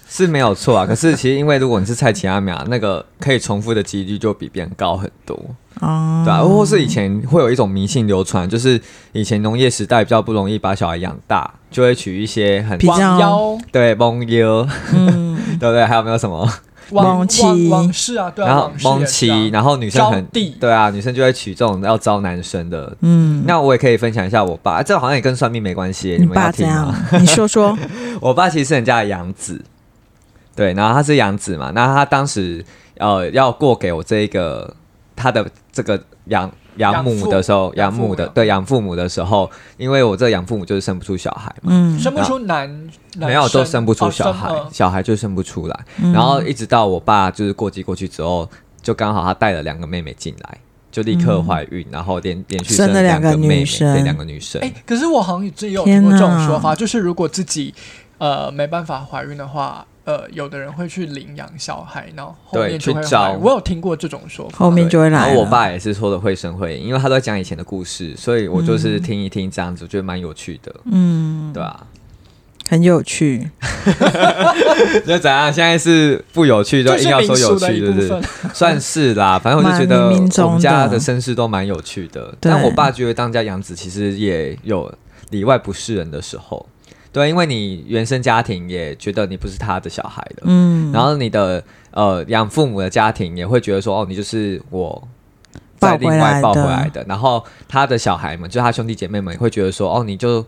[SPEAKER 2] 是没有错啊。可是其实因为如果你是蔡奇阿苗，那个可以重复的几率就比别人高很多。
[SPEAKER 1] 哦，
[SPEAKER 2] 对啊，或是以前会有一种迷信流传，就是以前农业时代比较不容易把小孩养大，就会取一些很
[SPEAKER 1] 比较
[SPEAKER 3] 王妖、
[SPEAKER 2] 对蒙优，
[SPEAKER 1] 嗯，
[SPEAKER 2] 对不对？还有没有什么？
[SPEAKER 3] 王
[SPEAKER 1] 蒙
[SPEAKER 3] 王
[SPEAKER 1] 妻
[SPEAKER 3] 王氏啊，对啊，
[SPEAKER 2] 然后
[SPEAKER 3] 王氏
[SPEAKER 2] 蒙
[SPEAKER 3] 也是啊
[SPEAKER 2] 奇，然后女生很
[SPEAKER 3] 招娣
[SPEAKER 2] 对啊，女生就会取这种要招男生的。
[SPEAKER 1] 嗯，
[SPEAKER 2] 那我也可以分享一下我爸，这好像也跟算命没关系，
[SPEAKER 1] 你
[SPEAKER 2] 们要
[SPEAKER 1] 爸怎
[SPEAKER 2] 听
[SPEAKER 1] 样
[SPEAKER 2] 吗？？
[SPEAKER 1] 你说说，
[SPEAKER 2] 我爸其实是人家的养子，对，然后他是养子嘛，那他当时呃要过给我这一个他的这个养养母的时候，
[SPEAKER 3] 养
[SPEAKER 2] 养
[SPEAKER 3] 父
[SPEAKER 2] 母的
[SPEAKER 3] 养父
[SPEAKER 2] 对养父母的时候，因为我这养父母就是生不出小孩嘛，
[SPEAKER 1] 嗯
[SPEAKER 3] 生不出男，男
[SPEAKER 2] 啊没有都
[SPEAKER 3] 嗯生
[SPEAKER 2] 生不出小孩，
[SPEAKER 3] 哦生
[SPEAKER 2] 小孩就生不出来。
[SPEAKER 1] 嗯
[SPEAKER 2] 然后一直到我爸就是过继过去之后，就刚好他带了两个妹妹进来，就立刻怀孕，然后连连续
[SPEAKER 1] 生了
[SPEAKER 2] 了
[SPEAKER 1] 两
[SPEAKER 2] 两
[SPEAKER 1] 个
[SPEAKER 2] 妹妹
[SPEAKER 1] 女生
[SPEAKER 2] 对，两个女生
[SPEAKER 3] 呃。哎、可是我好像真有
[SPEAKER 1] 天
[SPEAKER 3] 听过这
[SPEAKER 1] 哪
[SPEAKER 3] 种说法，就是如果自己呃没办法怀孕的话。呃，有的人会去领养小孩，然后后
[SPEAKER 2] 对
[SPEAKER 3] 面
[SPEAKER 2] 去
[SPEAKER 3] 就会怀
[SPEAKER 2] 找
[SPEAKER 3] 孕我有听过这种说法。
[SPEAKER 1] 后面就会来
[SPEAKER 2] 然
[SPEAKER 1] 了。
[SPEAKER 2] 后我爸也是说的绘声绘影，因为他都在讲以前的故事，所以我就是听一听这样子，我觉得蛮有趣的，
[SPEAKER 1] 嗯，
[SPEAKER 2] 对啊。
[SPEAKER 1] 很有趣，
[SPEAKER 2] 就怎样？现在是不有趣，就
[SPEAKER 3] 这
[SPEAKER 2] 硬
[SPEAKER 3] 是
[SPEAKER 2] 要
[SPEAKER 3] 民
[SPEAKER 2] 说有
[SPEAKER 3] 俗的
[SPEAKER 2] 趣，
[SPEAKER 3] 一
[SPEAKER 2] 对
[SPEAKER 3] 部
[SPEAKER 2] 不对
[SPEAKER 3] 分？。
[SPEAKER 2] 算是啦，反正我就觉
[SPEAKER 1] 蛮
[SPEAKER 2] 得
[SPEAKER 1] 冥冥中的
[SPEAKER 2] 我们家的身世都蛮有趣的。
[SPEAKER 1] 对
[SPEAKER 2] 但我爸觉得当家养子其实也有里外不是人的时候，对，啊因为你原生家庭也觉得你不是他的小孩了，
[SPEAKER 1] 嗯，
[SPEAKER 2] 然后你的呃养父母的家庭也会觉得说，哦，你就是我。再另外
[SPEAKER 1] 抱回
[SPEAKER 2] 抱回
[SPEAKER 1] 来的
[SPEAKER 2] 来的，然后他的小孩们，就是他兄弟姐妹们，也会觉得说，哦，你就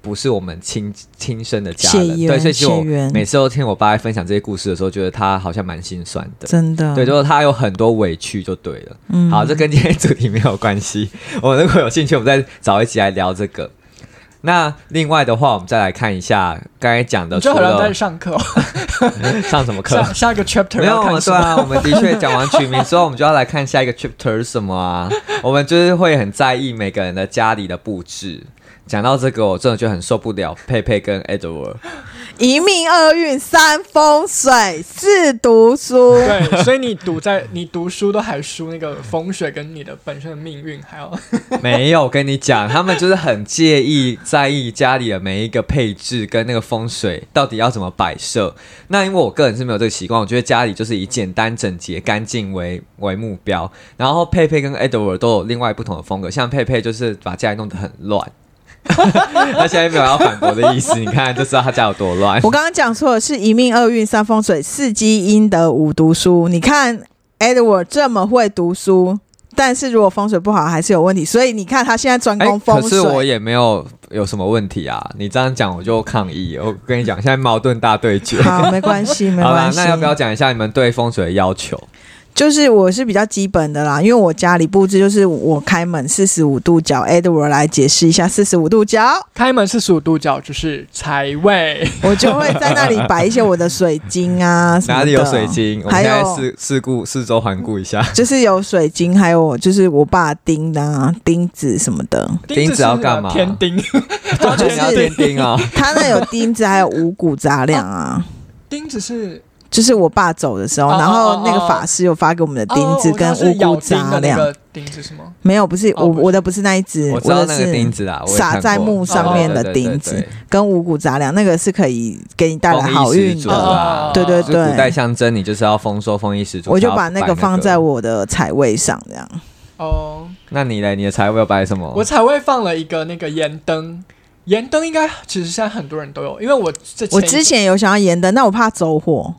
[SPEAKER 2] 不是我们亲亲生的家
[SPEAKER 1] 血
[SPEAKER 2] 人，
[SPEAKER 1] 缘
[SPEAKER 2] 对，所以其实我
[SPEAKER 1] 血缘
[SPEAKER 2] 每次都听我爸在分享这些故事的时候，觉得他好像蛮心酸的。
[SPEAKER 1] 真的，
[SPEAKER 2] 对，就是他有很多委屈，就对了。
[SPEAKER 1] 嗯
[SPEAKER 2] 好，这跟今天主题没有关系。我们如果有兴趣，我们再找一集来聊这个。那另外的话，我们再来看一下刚才讲的，
[SPEAKER 3] 你
[SPEAKER 2] 除
[SPEAKER 3] 就好像在
[SPEAKER 2] 了
[SPEAKER 3] 上课、哦，
[SPEAKER 2] 上什么课？
[SPEAKER 3] 下下一个 chapter
[SPEAKER 2] 没有
[SPEAKER 3] 要看
[SPEAKER 2] 对
[SPEAKER 3] 什么？
[SPEAKER 2] 啊，我们的确讲完取名之后，我们就要来看下一个 chapter 是什么啊？我们就是会很在意每个人的家里的布置。讲到这个，我真的就很受不了佩佩跟 Edward。
[SPEAKER 1] 一命二运三风水四读书，
[SPEAKER 3] 对，所以你读在你读书都还输那个风水跟你的本身的命运，还有
[SPEAKER 2] 没有，我跟你讲，他们就是很介意在意家里的每一个配置跟那个风水到底要怎么摆设。那因为我个人是没有这个习惯，我觉得家里就是以简单、整洁、干净为为目标。然后佩佩跟 Edward 都有另外不同的风格，像佩佩就是把家里弄得很乱。他现在没有要反驳的意思，你看就知道他家有多 乱。
[SPEAKER 1] 我刚刚讲错了，是一命二运三风水四积阴德五读书。你看 Edward 这么会读书，但是如果风水不好还是有问题，所以你看他现在专
[SPEAKER 2] 哎、
[SPEAKER 1] 攻风
[SPEAKER 2] 可是我
[SPEAKER 1] 水。
[SPEAKER 2] 也没有有什么问题啊！你这样讲我就抗议。我跟你讲，现在矛盾大对决。
[SPEAKER 1] 好，没关 系，没
[SPEAKER 2] 好啦
[SPEAKER 1] 关，系。
[SPEAKER 2] 那要不要讲一下你们对风水的要求？
[SPEAKER 1] 就是我是比较基本的啦，因为我家里布置就是我开门四十五度角，Edward 来解释一下四十五度角，
[SPEAKER 3] 开门四十五度角就是财位，
[SPEAKER 1] 我就会在那里摆一些我的水晶啊什么的。
[SPEAKER 2] 哪里有水？晶？我们
[SPEAKER 1] 还
[SPEAKER 2] 现
[SPEAKER 1] 有
[SPEAKER 2] 在四四顾四周环顾一下，
[SPEAKER 1] 就是有水晶，还有就是我爸钉的啊、钉子什么的。
[SPEAKER 2] 钉子
[SPEAKER 3] 是
[SPEAKER 2] 要干嘛
[SPEAKER 3] 天钉，
[SPEAKER 2] 中 间你要
[SPEAKER 1] 就是
[SPEAKER 2] 钉钉哦。
[SPEAKER 1] 他那有钉子，还有五谷杂粮啊。
[SPEAKER 3] 钉子是
[SPEAKER 1] 就是我爸走的时候，
[SPEAKER 3] 哦
[SPEAKER 1] 然
[SPEAKER 3] 哦
[SPEAKER 1] 后
[SPEAKER 3] 哦
[SPEAKER 1] 那个法师有发给我们的钉子跟五谷杂粮，
[SPEAKER 3] 钉子是吗？
[SPEAKER 1] 没有，不是
[SPEAKER 3] 哦
[SPEAKER 1] 我
[SPEAKER 3] 不是
[SPEAKER 1] 我的不是那一只，
[SPEAKER 2] 我知道
[SPEAKER 1] 的
[SPEAKER 2] 那个钉
[SPEAKER 1] 是
[SPEAKER 2] 子啊，我也
[SPEAKER 1] 撒
[SPEAKER 2] 看
[SPEAKER 1] 在
[SPEAKER 2] 过哦
[SPEAKER 1] 木
[SPEAKER 3] 上面
[SPEAKER 1] 的钉子，跟五谷杂粮，那个是可以给你带来好运
[SPEAKER 2] 丰衣啊足
[SPEAKER 1] 的。
[SPEAKER 3] 哦
[SPEAKER 2] 啦
[SPEAKER 1] 对对
[SPEAKER 2] 对对对就是古代
[SPEAKER 1] 对，
[SPEAKER 2] 象征，你就是要丰收丰衣食足。
[SPEAKER 1] 我就
[SPEAKER 2] 才要
[SPEAKER 1] 把那
[SPEAKER 2] 摆
[SPEAKER 1] 个放在。我的财位上，这样。
[SPEAKER 3] 哦，
[SPEAKER 2] 那你嘞？你的财位要摆什么？
[SPEAKER 3] 我财位放了一个那个盐灯，盐灯应该其实现在很多人都有，因为我这
[SPEAKER 1] 我之前有想要延的，那我怕走火，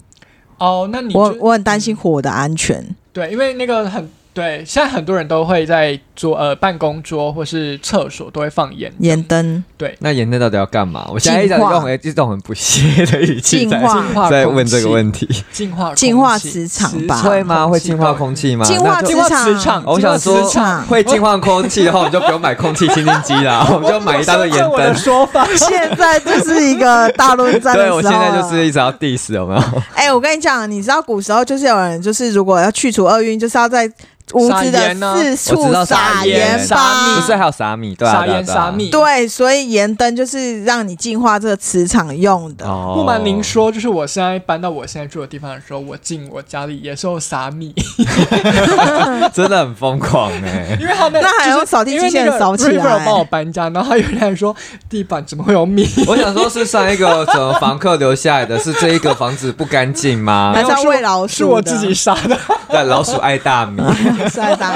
[SPEAKER 3] 哦，那你就
[SPEAKER 1] 我我很担心火的安全。
[SPEAKER 3] 对，因为那个很对，现在很多人都会在桌呃办公桌或是厕所都会放盐灯
[SPEAKER 1] 盐 灯
[SPEAKER 3] 对。
[SPEAKER 2] 那盐灯到底要干嘛？我现在一直
[SPEAKER 1] 净化
[SPEAKER 2] 用一种很不屑的语气
[SPEAKER 1] 净
[SPEAKER 2] 在
[SPEAKER 1] 化，
[SPEAKER 3] 化
[SPEAKER 2] 在
[SPEAKER 3] 空
[SPEAKER 2] 问这个
[SPEAKER 3] 气
[SPEAKER 2] 问题，
[SPEAKER 3] 净化空气
[SPEAKER 1] 净化磁场吧
[SPEAKER 2] 会吗？会净化空？
[SPEAKER 3] 气
[SPEAKER 2] 气吗？
[SPEAKER 1] 啊净化
[SPEAKER 2] 那就
[SPEAKER 3] 净化磁场
[SPEAKER 2] 我想说
[SPEAKER 1] 净化磁场
[SPEAKER 2] 会净化空气的话，我们就不用买空气清新机啦，我们就买一大堆盐
[SPEAKER 3] 我
[SPEAKER 2] 灯
[SPEAKER 3] 的。说法，
[SPEAKER 1] 现在就是一个大论战的时
[SPEAKER 2] 对，
[SPEAKER 1] 候啊
[SPEAKER 2] 我现在
[SPEAKER 1] 了
[SPEAKER 2] 就是一直要 diss 有没有？
[SPEAKER 3] 啊
[SPEAKER 1] 哎、我跟你讲，你知道古时候就是有人，就是如果要去除厄运，就是要在屋子
[SPEAKER 3] 撒
[SPEAKER 1] 的
[SPEAKER 3] 盐呢
[SPEAKER 1] 四
[SPEAKER 2] 我
[SPEAKER 1] 处
[SPEAKER 2] 知道
[SPEAKER 1] 撒
[SPEAKER 2] 撒盐
[SPEAKER 1] 盐
[SPEAKER 3] 撒
[SPEAKER 1] 吧
[SPEAKER 2] 不。是还有撒米对啊？
[SPEAKER 3] 撒
[SPEAKER 2] 对啊
[SPEAKER 3] 盐
[SPEAKER 2] 对啊
[SPEAKER 3] 撒米。，
[SPEAKER 1] 对，所以盐灯就是让你净化这个磁场用 的。
[SPEAKER 2] 哦
[SPEAKER 3] 不瞒您，说，就是我现在搬到我现在住的地方的时候，我进我家里也是有撒米，
[SPEAKER 2] 真的很疯狂哎
[SPEAKER 3] ！因为他们
[SPEAKER 1] 那还
[SPEAKER 3] 就是
[SPEAKER 1] 用扫地
[SPEAKER 3] 因
[SPEAKER 1] 机
[SPEAKER 3] 为
[SPEAKER 1] 器
[SPEAKER 3] 那
[SPEAKER 1] 人
[SPEAKER 3] 个
[SPEAKER 1] 扫起
[SPEAKER 3] River 有帮我
[SPEAKER 1] 来？
[SPEAKER 3] 搬家，然后他有人还说地板怎么会有米？
[SPEAKER 2] 我想说，是上一个怎么房客留下来的？是这一个房子不干净吗
[SPEAKER 1] 还？是要喂老
[SPEAKER 3] 是
[SPEAKER 1] 鼠
[SPEAKER 3] 我
[SPEAKER 1] 的
[SPEAKER 3] 自己杀的。
[SPEAKER 2] 对，老鼠爱大米
[SPEAKER 1] 是在打。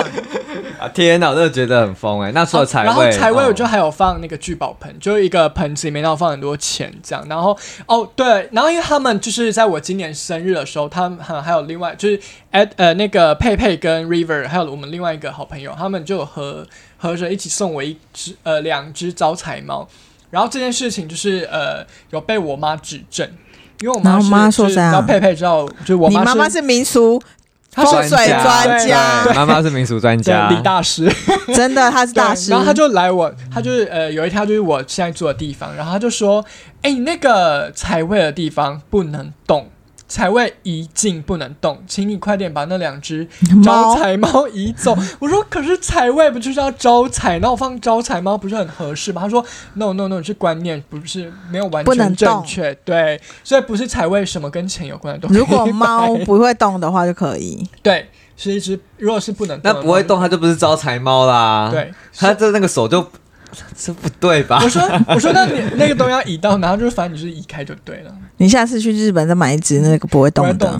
[SPEAKER 2] 啊！天哪，我真的觉得很疯哎。那除了财
[SPEAKER 3] 啊哦然后
[SPEAKER 2] 位，
[SPEAKER 3] 财位我就
[SPEAKER 2] 嗯
[SPEAKER 3] 还有放那个聚宝盆，就是一个盆子里面，然后放很多钱这样。然后哦对，然后因为他们就是在我今年生日的时候，他们还还有另外就是 at 呃那个佩佩跟 River 还有我们另外一个好朋友，他们就有合合着一起送我一只呃两只招财猫。然后这件事情就是呃有被我妈指正。因为我
[SPEAKER 1] 然
[SPEAKER 3] 妈
[SPEAKER 1] 后
[SPEAKER 3] 是，
[SPEAKER 1] 妈说
[SPEAKER 3] 就是
[SPEAKER 1] 怎样
[SPEAKER 3] 然后佩佩知道，就是 我
[SPEAKER 1] 你妈妈
[SPEAKER 3] 是
[SPEAKER 1] 是民俗
[SPEAKER 3] 她
[SPEAKER 1] 风水专家
[SPEAKER 2] 对妈妈是民俗专
[SPEAKER 3] 对
[SPEAKER 2] 家，
[SPEAKER 3] 李大师，
[SPEAKER 1] 真的，她是
[SPEAKER 3] 对
[SPEAKER 1] 大师。
[SPEAKER 3] 然后他就来我，他就是呃有一天他就是我现在住的地方，然后他就说，哎、你那个财位的地方不能动。财位移进不能动，请你快点把那两只招
[SPEAKER 1] 猫
[SPEAKER 3] 财猫移走。我说，可是财位不就是要招财，那我放招财猫不是很合适吗？他说，no no no，是观念不是没有完
[SPEAKER 1] 不能
[SPEAKER 3] 全正
[SPEAKER 1] 动
[SPEAKER 3] 确，对，所以不是财位什么跟钱有关的都可以
[SPEAKER 1] 如果猫
[SPEAKER 3] 买
[SPEAKER 1] 不会动的话就可以。
[SPEAKER 3] 对是一只，如果是不能动
[SPEAKER 2] 那
[SPEAKER 3] 的猫，
[SPEAKER 2] 不会动，它啊就不是招财猫啦。，
[SPEAKER 3] 对，
[SPEAKER 2] 它的那个手就这不对吧
[SPEAKER 1] 啊
[SPEAKER 3] 我？说我说那你那个东西要移到哪，然后就是反正你就是移开就对了。
[SPEAKER 1] 你下次去日本再买一只那个不会动的，
[SPEAKER 3] 不会动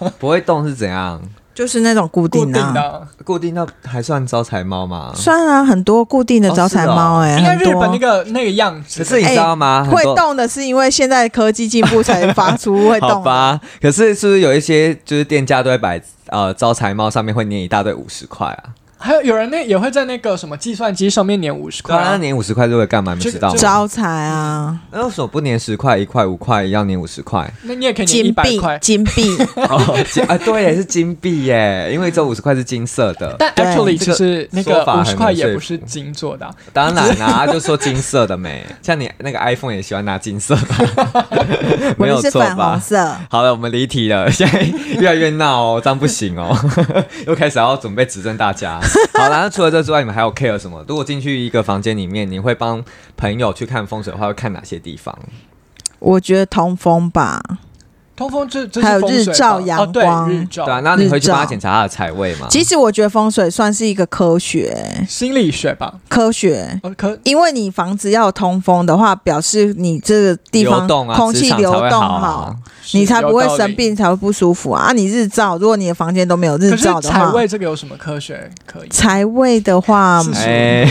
[SPEAKER 1] 对，
[SPEAKER 2] 不会动是怎样？
[SPEAKER 1] 就是那种固
[SPEAKER 3] 固
[SPEAKER 1] 定
[SPEAKER 3] 定
[SPEAKER 1] 的啊、
[SPEAKER 3] 的，
[SPEAKER 2] 固定到还算招财猫吗？
[SPEAKER 1] 算啊，很多固定的
[SPEAKER 2] 哦
[SPEAKER 1] 招财
[SPEAKER 2] 是哦
[SPEAKER 1] 猫哎、
[SPEAKER 3] 应该
[SPEAKER 1] 很
[SPEAKER 3] 日
[SPEAKER 1] 多。
[SPEAKER 3] 本那个那个样
[SPEAKER 2] 可
[SPEAKER 3] 子。
[SPEAKER 2] 是你知道
[SPEAKER 3] 哎
[SPEAKER 2] 吗？很
[SPEAKER 1] 会
[SPEAKER 2] 多
[SPEAKER 1] 动的是因为现在科技进步才发出会
[SPEAKER 2] 好
[SPEAKER 1] 动的。
[SPEAKER 2] 吧，可是是不是有一些就是店家都会摆呃招财猫上面会粘一大堆五十块啊？
[SPEAKER 3] 还有有人那也会在那个什么计算机上面粘五十
[SPEAKER 2] 对
[SPEAKER 3] 块
[SPEAKER 2] 啊，那
[SPEAKER 3] 啊、
[SPEAKER 2] 年五十块就会干嘛？你们
[SPEAKER 3] 这
[SPEAKER 2] 知道
[SPEAKER 3] 这
[SPEAKER 2] 吗？
[SPEAKER 1] 招财啊，
[SPEAKER 2] 那为什么不年十块、一块、五块，要年五十 块？
[SPEAKER 3] 那你也可以粘一
[SPEAKER 1] 金
[SPEAKER 3] 百
[SPEAKER 1] 币
[SPEAKER 3] 块，。
[SPEAKER 1] 金 币，
[SPEAKER 2] 哦，金啊，对耶，是金币耶，因为这五十块是金色的。
[SPEAKER 3] 但
[SPEAKER 1] 对
[SPEAKER 2] 这
[SPEAKER 3] actually 其
[SPEAKER 2] 个
[SPEAKER 3] 实那
[SPEAKER 2] 说
[SPEAKER 3] 个
[SPEAKER 2] 法
[SPEAKER 3] 五
[SPEAKER 2] 很
[SPEAKER 3] 十
[SPEAKER 2] 难
[SPEAKER 3] 块也
[SPEAKER 2] 说
[SPEAKER 3] 不
[SPEAKER 2] 服
[SPEAKER 3] 是金做的啊、
[SPEAKER 2] 当然 啦、就说金色的没，像你那个 iPhone 也喜欢拿金色的，
[SPEAKER 1] 我
[SPEAKER 2] 没有
[SPEAKER 1] 的是
[SPEAKER 2] 错
[SPEAKER 1] 粉红
[SPEAKER 2] 吧？
[SPEAKER 1] 色。
[SPEAKER 2] 好了，我们离题了，现在越来越闹哦，这样不行哦， 又开始要准备指正大 家。好啦，那除了这之外，你们还有 care 什么？如果进去一个房间里面，你会帮朋友去看风水的话，会看哪些地方？
[SPEAKER 1] 我觉得通风吧，
[SPEAKER 3] 通风这这是
[SPEAKER 1] 还有
[SPEAKER 3] 风
[SPEAKER 1] 日
[SPEAKER 3] 水
[SPEAKER 1] 照
[SPEAKER 3] 吧
[SPEAKER 1] 阳
[SPEAKER 3] 哦，对
[SPEAKER 1] 光
[SPEAKER 3] 日照
[SPEAKER 2] 对啊，那你会去帮他
[SPEAKER 1] 日照
[SPEAKER 2] 检查他的财位吗？
[SPEAKER 1] 其实我觉得风水算是一个科学，
[SPEAKER 3] 心理学吧。
[SPEAKER 1] 科学，
[SPEAKER 3] 哦，可
[SPEAKER 1] 因为你房子要有通风的话，表示你这个地
[SPEAKER 2] 流
[SPEAKER 1] 方
[SPEAKER 2] 动啊，
[SPEAKER 1] 空
[SPEAKER 2] 磁
[SPEAKER 1] 气
[SPEAKER 2] 场
[SPEAKER 1] 流
[SPEAKER 2] 才会
[SPEAKER 1] 动
[SPEAKER 2] 啊。
[SPEAKER 3] 是
[SPEAKER 1] 你才
[SPEAKER 3] 有
[SPEAKER 1] 不会
[SPEAKER 3] 道
[SPEAKER 1] 生
[SPEAKER 3] 理。
[SPEAKER 1] 病，才会不舒服啊！啊，你日照，如果你的房间都没有日
[SPEAKER 3] 可
[SPEAKER 1] 照
[SPEAKER 3] 是
[SPEAKER 1] 的
[SPEAKER 3] 财
[SPEAKER 1] 话，
[SPEAKER 3] 位这个有什么科学可以？
[SPEAKER 1] 财位的话，
[SPEAKER 3] 是
[SPEAKER 2] 哎，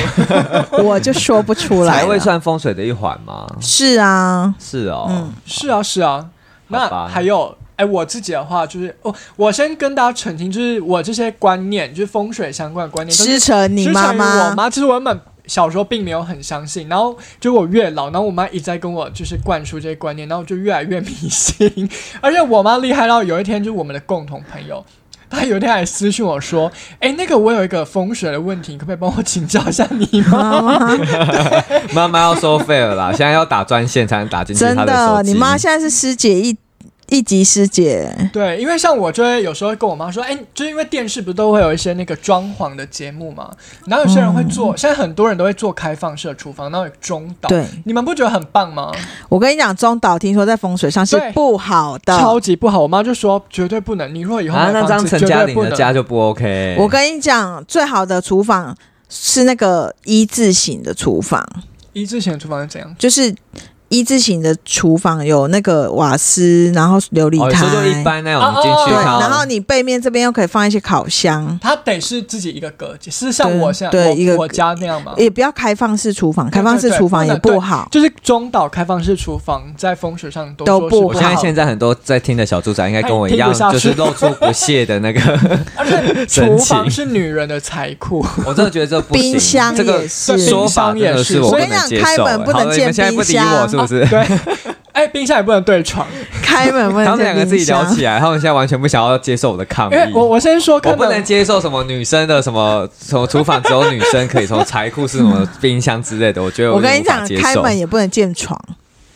[SPEAKER 1] 我就说不出来
[SPEAKER 2] 财位
[SPEAKER 1] 了。
[SPEAKER 2] 算风水的一环吗？
[SPEAKER 1] 是啊，
[SPEAKER 2] 是哦，
[SPEAKER 1] 嗯
[SPEAKER 3] 是啊，是啊。
[SPEAKER 2] 好
[SPEAKER 3] 那
[SPEAKER 2] 吧
[SPEAKER 3] 还有，哎，我自己的话就是，哦，我先跟大家澄清，就是我这些观念，就是风水相关的观念，都
[SPEAKER 1] 师
[SPEAKER 3] 是
[SPEAKER 1] 承你
[SPEAKER 3] 师承
[SPEAKER 1] 妈
[SPEAKER 3] 于我
[SPEAKER 1] 妈，
[SPEAKER 3] 妈，就是我原本小时候并没有很相信，然后就我越老，然后我妈一直在跟我就是灌输这些观念，然后我就越来越迷信。 而且我妈厉害到有一天，就是我们的共同朋友。她有一天还私讯我说：“哎、那个我有一个风水的问题，你可不可以帮我请教一下你吗？”
[SPEAKER 1] 妈 妈
[SPEAKER 2] 妈妈要收费了啦，现 在要打专线才能打进去
[SPEAKER 1] 真
[SPEAKER 2] 她手
[SPEAKER 1] 的，
[SPEAKER 2] 机。
[SPEAKER 1] 你妈现在是师姐一一级师姐，
[SPEAKER 3] 对，因为像我就会有时候会跟我妈说，哎、就是因为电视不都会有一些那个装潢的节目嘛，然后有些人会
[SPEAKER 2] 嗯
[SPEAKER 3] 做，现在很多人都会做开放式的厨房，然后有中岛，
[SPEAKER 1] 对
[SPEAKER 3] 你们不觉得很棒吗？
[SPEAKER 1] 我跟你讲，中岛听说在风水上是
[SPEAKER 3] 对
[SPEAKER 1] 不好的
[SPEAKER 3] 超。级不好，我妈就说绝对不能，你如果以后
[SPEAKER 2] 啊，
[SPEAKER 3] 买
[SPEAKER 2] 那
[SPEAKER 3] 房
[SPEAKER 2] 张
[SPEAKER 3] 子
[SPEAKER 2] 陈
[SPEAKER 3] 绝
[SPEAKER 2] 嘉
[SPEAKER 3] 对
[SPEAKER 2] 玲
[SPEAKER 3] 不
[SPEAKER 2] 的
[SPEAKER 3] 能。
[SPEAKER 2] 家就不 OK。
[SPEAKER 1] 我跟你讲，最好的厨房是那个一字形的厨房，
[SPEAKER 3] 一字形的厨房是怎样？
[SPEAKER 1] 就是一字形的厨房有那个瓦斯，然后琉璃
[SPEAKER 2] 哦，你
[SPEAKER 1] 台，
[SPEAKER 2] 说就一般那种
[SPEAKER 3] 哦
[SPEAKER 2] 你进去嗯
[SPEAKER 1] 对，
[SPEAKER 3] 哦
[SPEAKER 2] 看到，
[SPEAKER 1] 然后你背面这边又可以放一些烤箱，
[SPEAKER 3] 它得是自己一个隔间，是像
[SPEAKER 1] 对
[SPEAKER 3] 我现在
[SPEAKER 1] 对
[SPEAKER 3] 我
[SPEAKER 1] 一个
[SPEAKER 3] 我家那样吗？
[SPEAKER 1] 也不要开放式厨房，
[SPEAKER 3] 对
[SPEAKER 1] 开放式厨房也不好。
[SPEAKER 3] 就是中岛开放式厨房在风水上都
[SPEAKER 1] 都
[SPEAKER 3] 说是
[SPEAKER 1] 不
[SPEAKER 2] 我
[SPEAKER 1] 好
[SPEAKER 2] 现在现在很多在听的小住宅应该跟我一样，
[SPEAKER 3] 哎听不下
[SPEAKER 2] 就
[SPEAKER 3] 去
[SPEAKER 2] 是露出不屑的那个。
[SPEAKER 3] 而且
[SPEAKER 2] 神
[SPEAKER 3] 厨
[SPEAKER 2] 奇
[SPEAKER 3] 房是女人的财 库。
[SPEAKER 2] 我真的觉得这不行，
[SPEAKER 1] 冰箱
[SPEAKER 2] 这个
[SPEAKER 1] 也是，
[SPEAKER 3] 这
[SPEAKER 2] 说
[SPEAKER 3] 冰
[SPEAKER 2] 法
[SPEAKER 3] 箱
[SPEAKER 2] 真
[SPEAKER 3] 也
[SPEAKER 2] 的
[SPEAKER 3] 是
[SPEAKER 2] 是我不能接受。哎
[SPEAKER 1] 所以讲开门不能
[SPEAKER 2] 好了你们
[SPEAKER 1] 见
[SPEAKER 2] 现在不理
[SPEAKER 1] 冰
[SPEAKER 2] 我
[SPEAKER 1] 箱
[SPEAKER 2] 是不 是？
[SPEAKER 3] 对，哎、冰箱也不能对床。
[SPEAKER 1] 开门问
[SPEAKER 2] 他们两个自己聊起来，他们现在完全不想要接受我的抗议
[SPEAKER 3] 因。为哎我我先说，
[SPEAKER 2] 我
[SPEAKER 3] 看
[SPEAKER 2] 不
[SPEAKER 3] 到
[SPEAKER 2] 能接受什么女生的什么什么厨房只有女生可以，什么财库是什么冰箱之类的，我觉得
[SPEAKER 1] 我跟
[SPEAKER 2] 有
[SPEAKER 1] 你
[SPEAKER 2] 点无法
[SPEAKER 1] 讲，
[SPEAKER 2] 接
[SPEAKER 1] 开
[SPEAKER 2] 受。
[SPEAKER 1] 门也不能见床，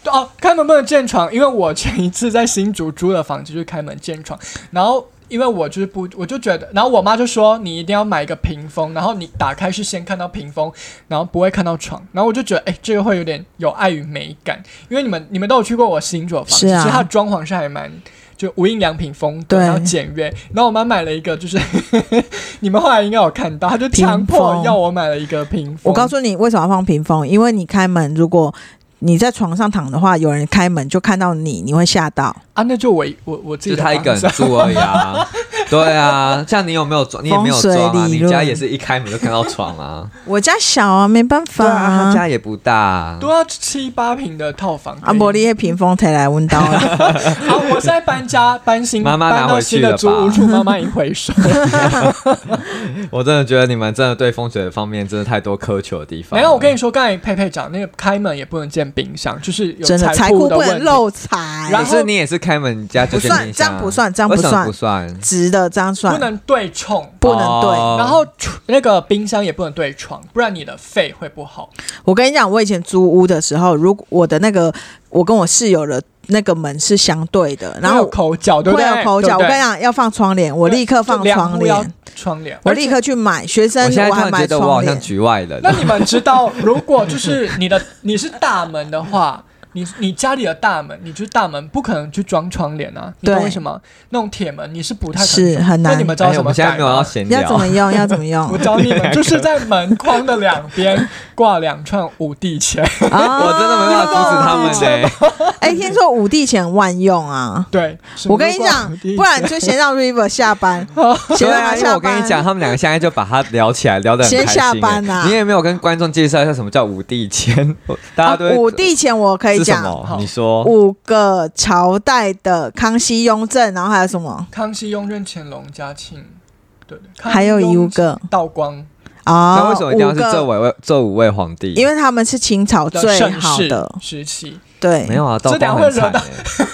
[SPEAKER 3] 哦，开门不能见床，因为我前一次在新竹租的房子就是开门见床，然后因为我就是不，我就觉得，然后我妈就说你一定要买一个屏风，然后你打开是先看到屏风，然后不会看到床，然后我就觉得，哎，这个会有点有碍于美感，因为你们你们都有去过我新竹的房子，
[SPEAKER 1] 是啊
[SPEAKER 3] 其实它的装潢是还蛮。就无印良品风格，
[SPEAKER 1] 对
[SPEAKER 3] 然后简约。然后我妈买了一个，就是 你们后来应该有看到，她就强
[SPEAKER 1] 屏
[SPEAKER 3] 迫
[SPEAKER 1] 风
[SPEAKER 3] 要我买了一个屏风。
[SPEAKER 1] 我告诉你为什么要放屏风，因为你开门，如果你在床上躺的话，有人开门就看到你，你会吓到。
[SPEAKER 3] 啊，那就我一我我自
[SPEAKER 2] 就是
[SPEAKER 3] 己的
[SPEAKER 2] 他一个人
[SPEAKER 3] 房子啊
[SPEAKER 2] 住而已啊，对啊，像你有没有装？你也没有装啊，
[SPEAKER 1] 风水理
[SPEAKER 2] 你
[SPEAKER 1] 论
[SPEAKER 2] 家也是一开门就看到床啊。
[SPEAKER 1] 我家小啊，没办法
[SPEAKER 2] 对啊，他家也不大、啊。
[SPEAKER 3] 对啊，七八平的套房
[SPEAKER 1] 阿
[SPEAKER 3] 可以
[SPEAKER 1] 伯利叶屏风才来温刀啊，
[SPEAKER 3] 好，我现在搬家搬新，
[SPEAKER 2] 妈妈拿
[SPEAKER 3] 搬到
[SPEAKER 2] 回去
[SPEAKER 3] 新的
[SPEAKER 2] 了
[SPEAKER 3] 租
[SPEAKER 2] 吧
[SPEAKER 3] 屋处，妈妈已经 回收了。
[SPEAKER 2] 我真的觉得你们真的对风水的方面真的太多苛求的地方。
[SPEAKER 3] 没有，我跟你说，刚才佩佩讲那个开门也不能见冰箱，就是有
[SPEAKER 1] 真的
[SPEAKER 3] 财
[SPEAKER 1] 财
[SPEAKER 3] 库
[SPEAKER 1] 库
[SPEAKER 3] 的
[SPEAKER 1] 不
[SPEAKER 3] 问
[SPEAKER 1] 能
[SPEAKER 3] 题。
[SPEAKER 1] 漏财，
[SPEAKER 3] 然
[SPEAKER 2] 可
[SPEAKER 3] 后
[SPEAKER 2] 是你也是开门家就
[SPEAKER 1] 不
[SPEAKER 2] 见
[SPEAKER 1] 算
[SPEAKER 2] 冰
[SPEAKER 1] 这
[SPEAKER 2] 箱
[SPEAKER 1] 样不算这样不
[SPEAKER 2] 为什么
[SPEAKER 1] 算
[SPEAKER 2] 不算，
[SPEAKER 1] 直的这样
[SPEAKER 3] 不
[SPEAKER 1] 算，
[SPEAKER 3] 能对冲，
[SPEAKER 1] 不能对。
[SPEAKER 2] 哦
[SPEAKER 3] 然后厨那个冰箱也不能对床，不然你的肺会不好。
[SPEAKER 1] 我跟你讲，我以前租屋的时候，如果我的那个我跟我室友的那个门是相对的，然
[SPEAKER 3] 会有
[SPEAKER 1] 后
[SPEAKER 3] 口角，对不
[SPEAKER 1] 会
[SPEAKER 3] 对？
[SPEAKER 1] 有口
[SPEAKER 3] 对
[SPEAKER 1] 角。
[SPEAKER 3] 不
[SPEAKER 1] 我
[SPEAKER 3] 对
[SPEAKER 1] 跟你讲，要放窗帘，我
[SPEAKER 3] 对
[SPEAKER 1] 立刻放
[SPEAKER 3] 就两
[SPEAKER 1] 窗
[SPEAKER 3] 户要
[SPEAKER 1] 帘，
[SPEAKER 3] 窗帘，
[SPEAKER 1] 我
[SPEAKER 3] 而
[SPEAKER 1] 立
[SPEAKER 3] 且
[SPEAKER 1] 刻去买。学生
[SPEAKER 2] 我现在突
[SPEAKER 1] 还
[SPEAKER 2] 然觉
[SPEAKER 1] 买
[SPEAKER 2] 得我好
[SPEAKER 1] 窗
[SPEAKER 2] 像
[SPEAKER 1] 帘，
[SPEAKER 2] 局外人
[SPEAKER 3] 那。你们知道，如果就是你的你是大门的话， 你你家里的大门，你就是大门，不可能去装窗帘啊，你懂
[SPEAKER 1] 对
[SPEAKER 3] 为什么？那种铁门你是不太可能
[SPEAKER 1] 是很
[SPEAKER 3] 那
[SPEAKER 1] 难
[SPEAKER 3] 你。们知道
[SPEAKER 2] 哎，
[SPEAKER 3] 怎
[SPEAKER 2] 我
[SPEAKER 3] 么
[SPEAKER 2] 们现在
[SPEAKER 3] 改
[SPEAKER 2] 没有要
[SPEAKER 3] 吗？
[SPEAKER 2] 闲
[SPEAKER 1] 要怎
[SPEAKER 2] 聊
[SPEAKER 1] 么。用？要怎么 用
[SPEAKER 3] 我？教你们，就是在门框的两边挂两串五帝钱，
[SPEAKER 1] 啊
[SPEAKER 2] 我真的没办法阻止他们欸嘞、
[SPEAKER 1] 哎，听说五帝钱万用啊！
[SPEAKER 3] 对。
[SPEAKER 1] 我跟你
[SPEAKER 3] 什么
[SPEAKER 1] 讲
[SPEAKER 3] 都挂五帝，钱哦
[SPEAKER 1] 不然就先让 River 下 班，先
[SPEAKER 2] 对
[SPEAKER 1] 让
[SPEAKER 2] 啊，
[SPEAKER 1] 他
[SPEAKER 2] 因为
[SPEAKER 1] 下
[SPEAKER 2] 我跟
[SPEAKER 1] 班
[SPEAKER 2] 你。讲，他们两个现在就把它聊起来，聊得很开
[SPEAKER 1] 先
[SPEAKER 2] 心、
[SPEAKER 1] 下班啊啦
[SPEAKER 2] 你也没有跟观众介绍一下什么叫五帝钱， 大家都会、
[SPEAKER 1] 啊五帝钱我可以
[SPEAKER 2] 是什
[SPEAKER 1] 讲，
[SPEAKER 2] 么？
[SPEAKER 3] 好
[SPEAKER 2] 你说
[SPEAKER 1] 五个朝代的康熙、雍正，然后还有什么？
[SPEAKER 3] 康熙、雍正、乾隆、嘉庆，对对，
[SPEAKER 1] 还有一个
[SPEAKER 3] 道光，
[SPEAKER 1] 啊，
[SPEAKER 2] 那为什么一定要是
[SPEAKER 1] 五个
[SPEAKER 2] 这五位这五位皇帝？
[SPEAKER 1] 因为他们是清朝
[SPEAKER 3] 的
[SPEAKER 1] 最
[SPEAKER 3] 盛
[SPEAKER 1] 好
[SPEAKER 3] 世
[SPEAKER 1] 的，
[SPEAKER 3] 时期，
[SPEAKER 1] 对，
[SPEAKER 2] 没有啊，道
[SPEAKER 3] 这两
[SPEAKER 2] 光
[SPEAKER 3] 会
[SPEAKER 2] 很
[SPEAKER 3] 惹
[SPEAKER 2] 惨
[SPEAKER 3] 到
[SPEAKER 2] 欸。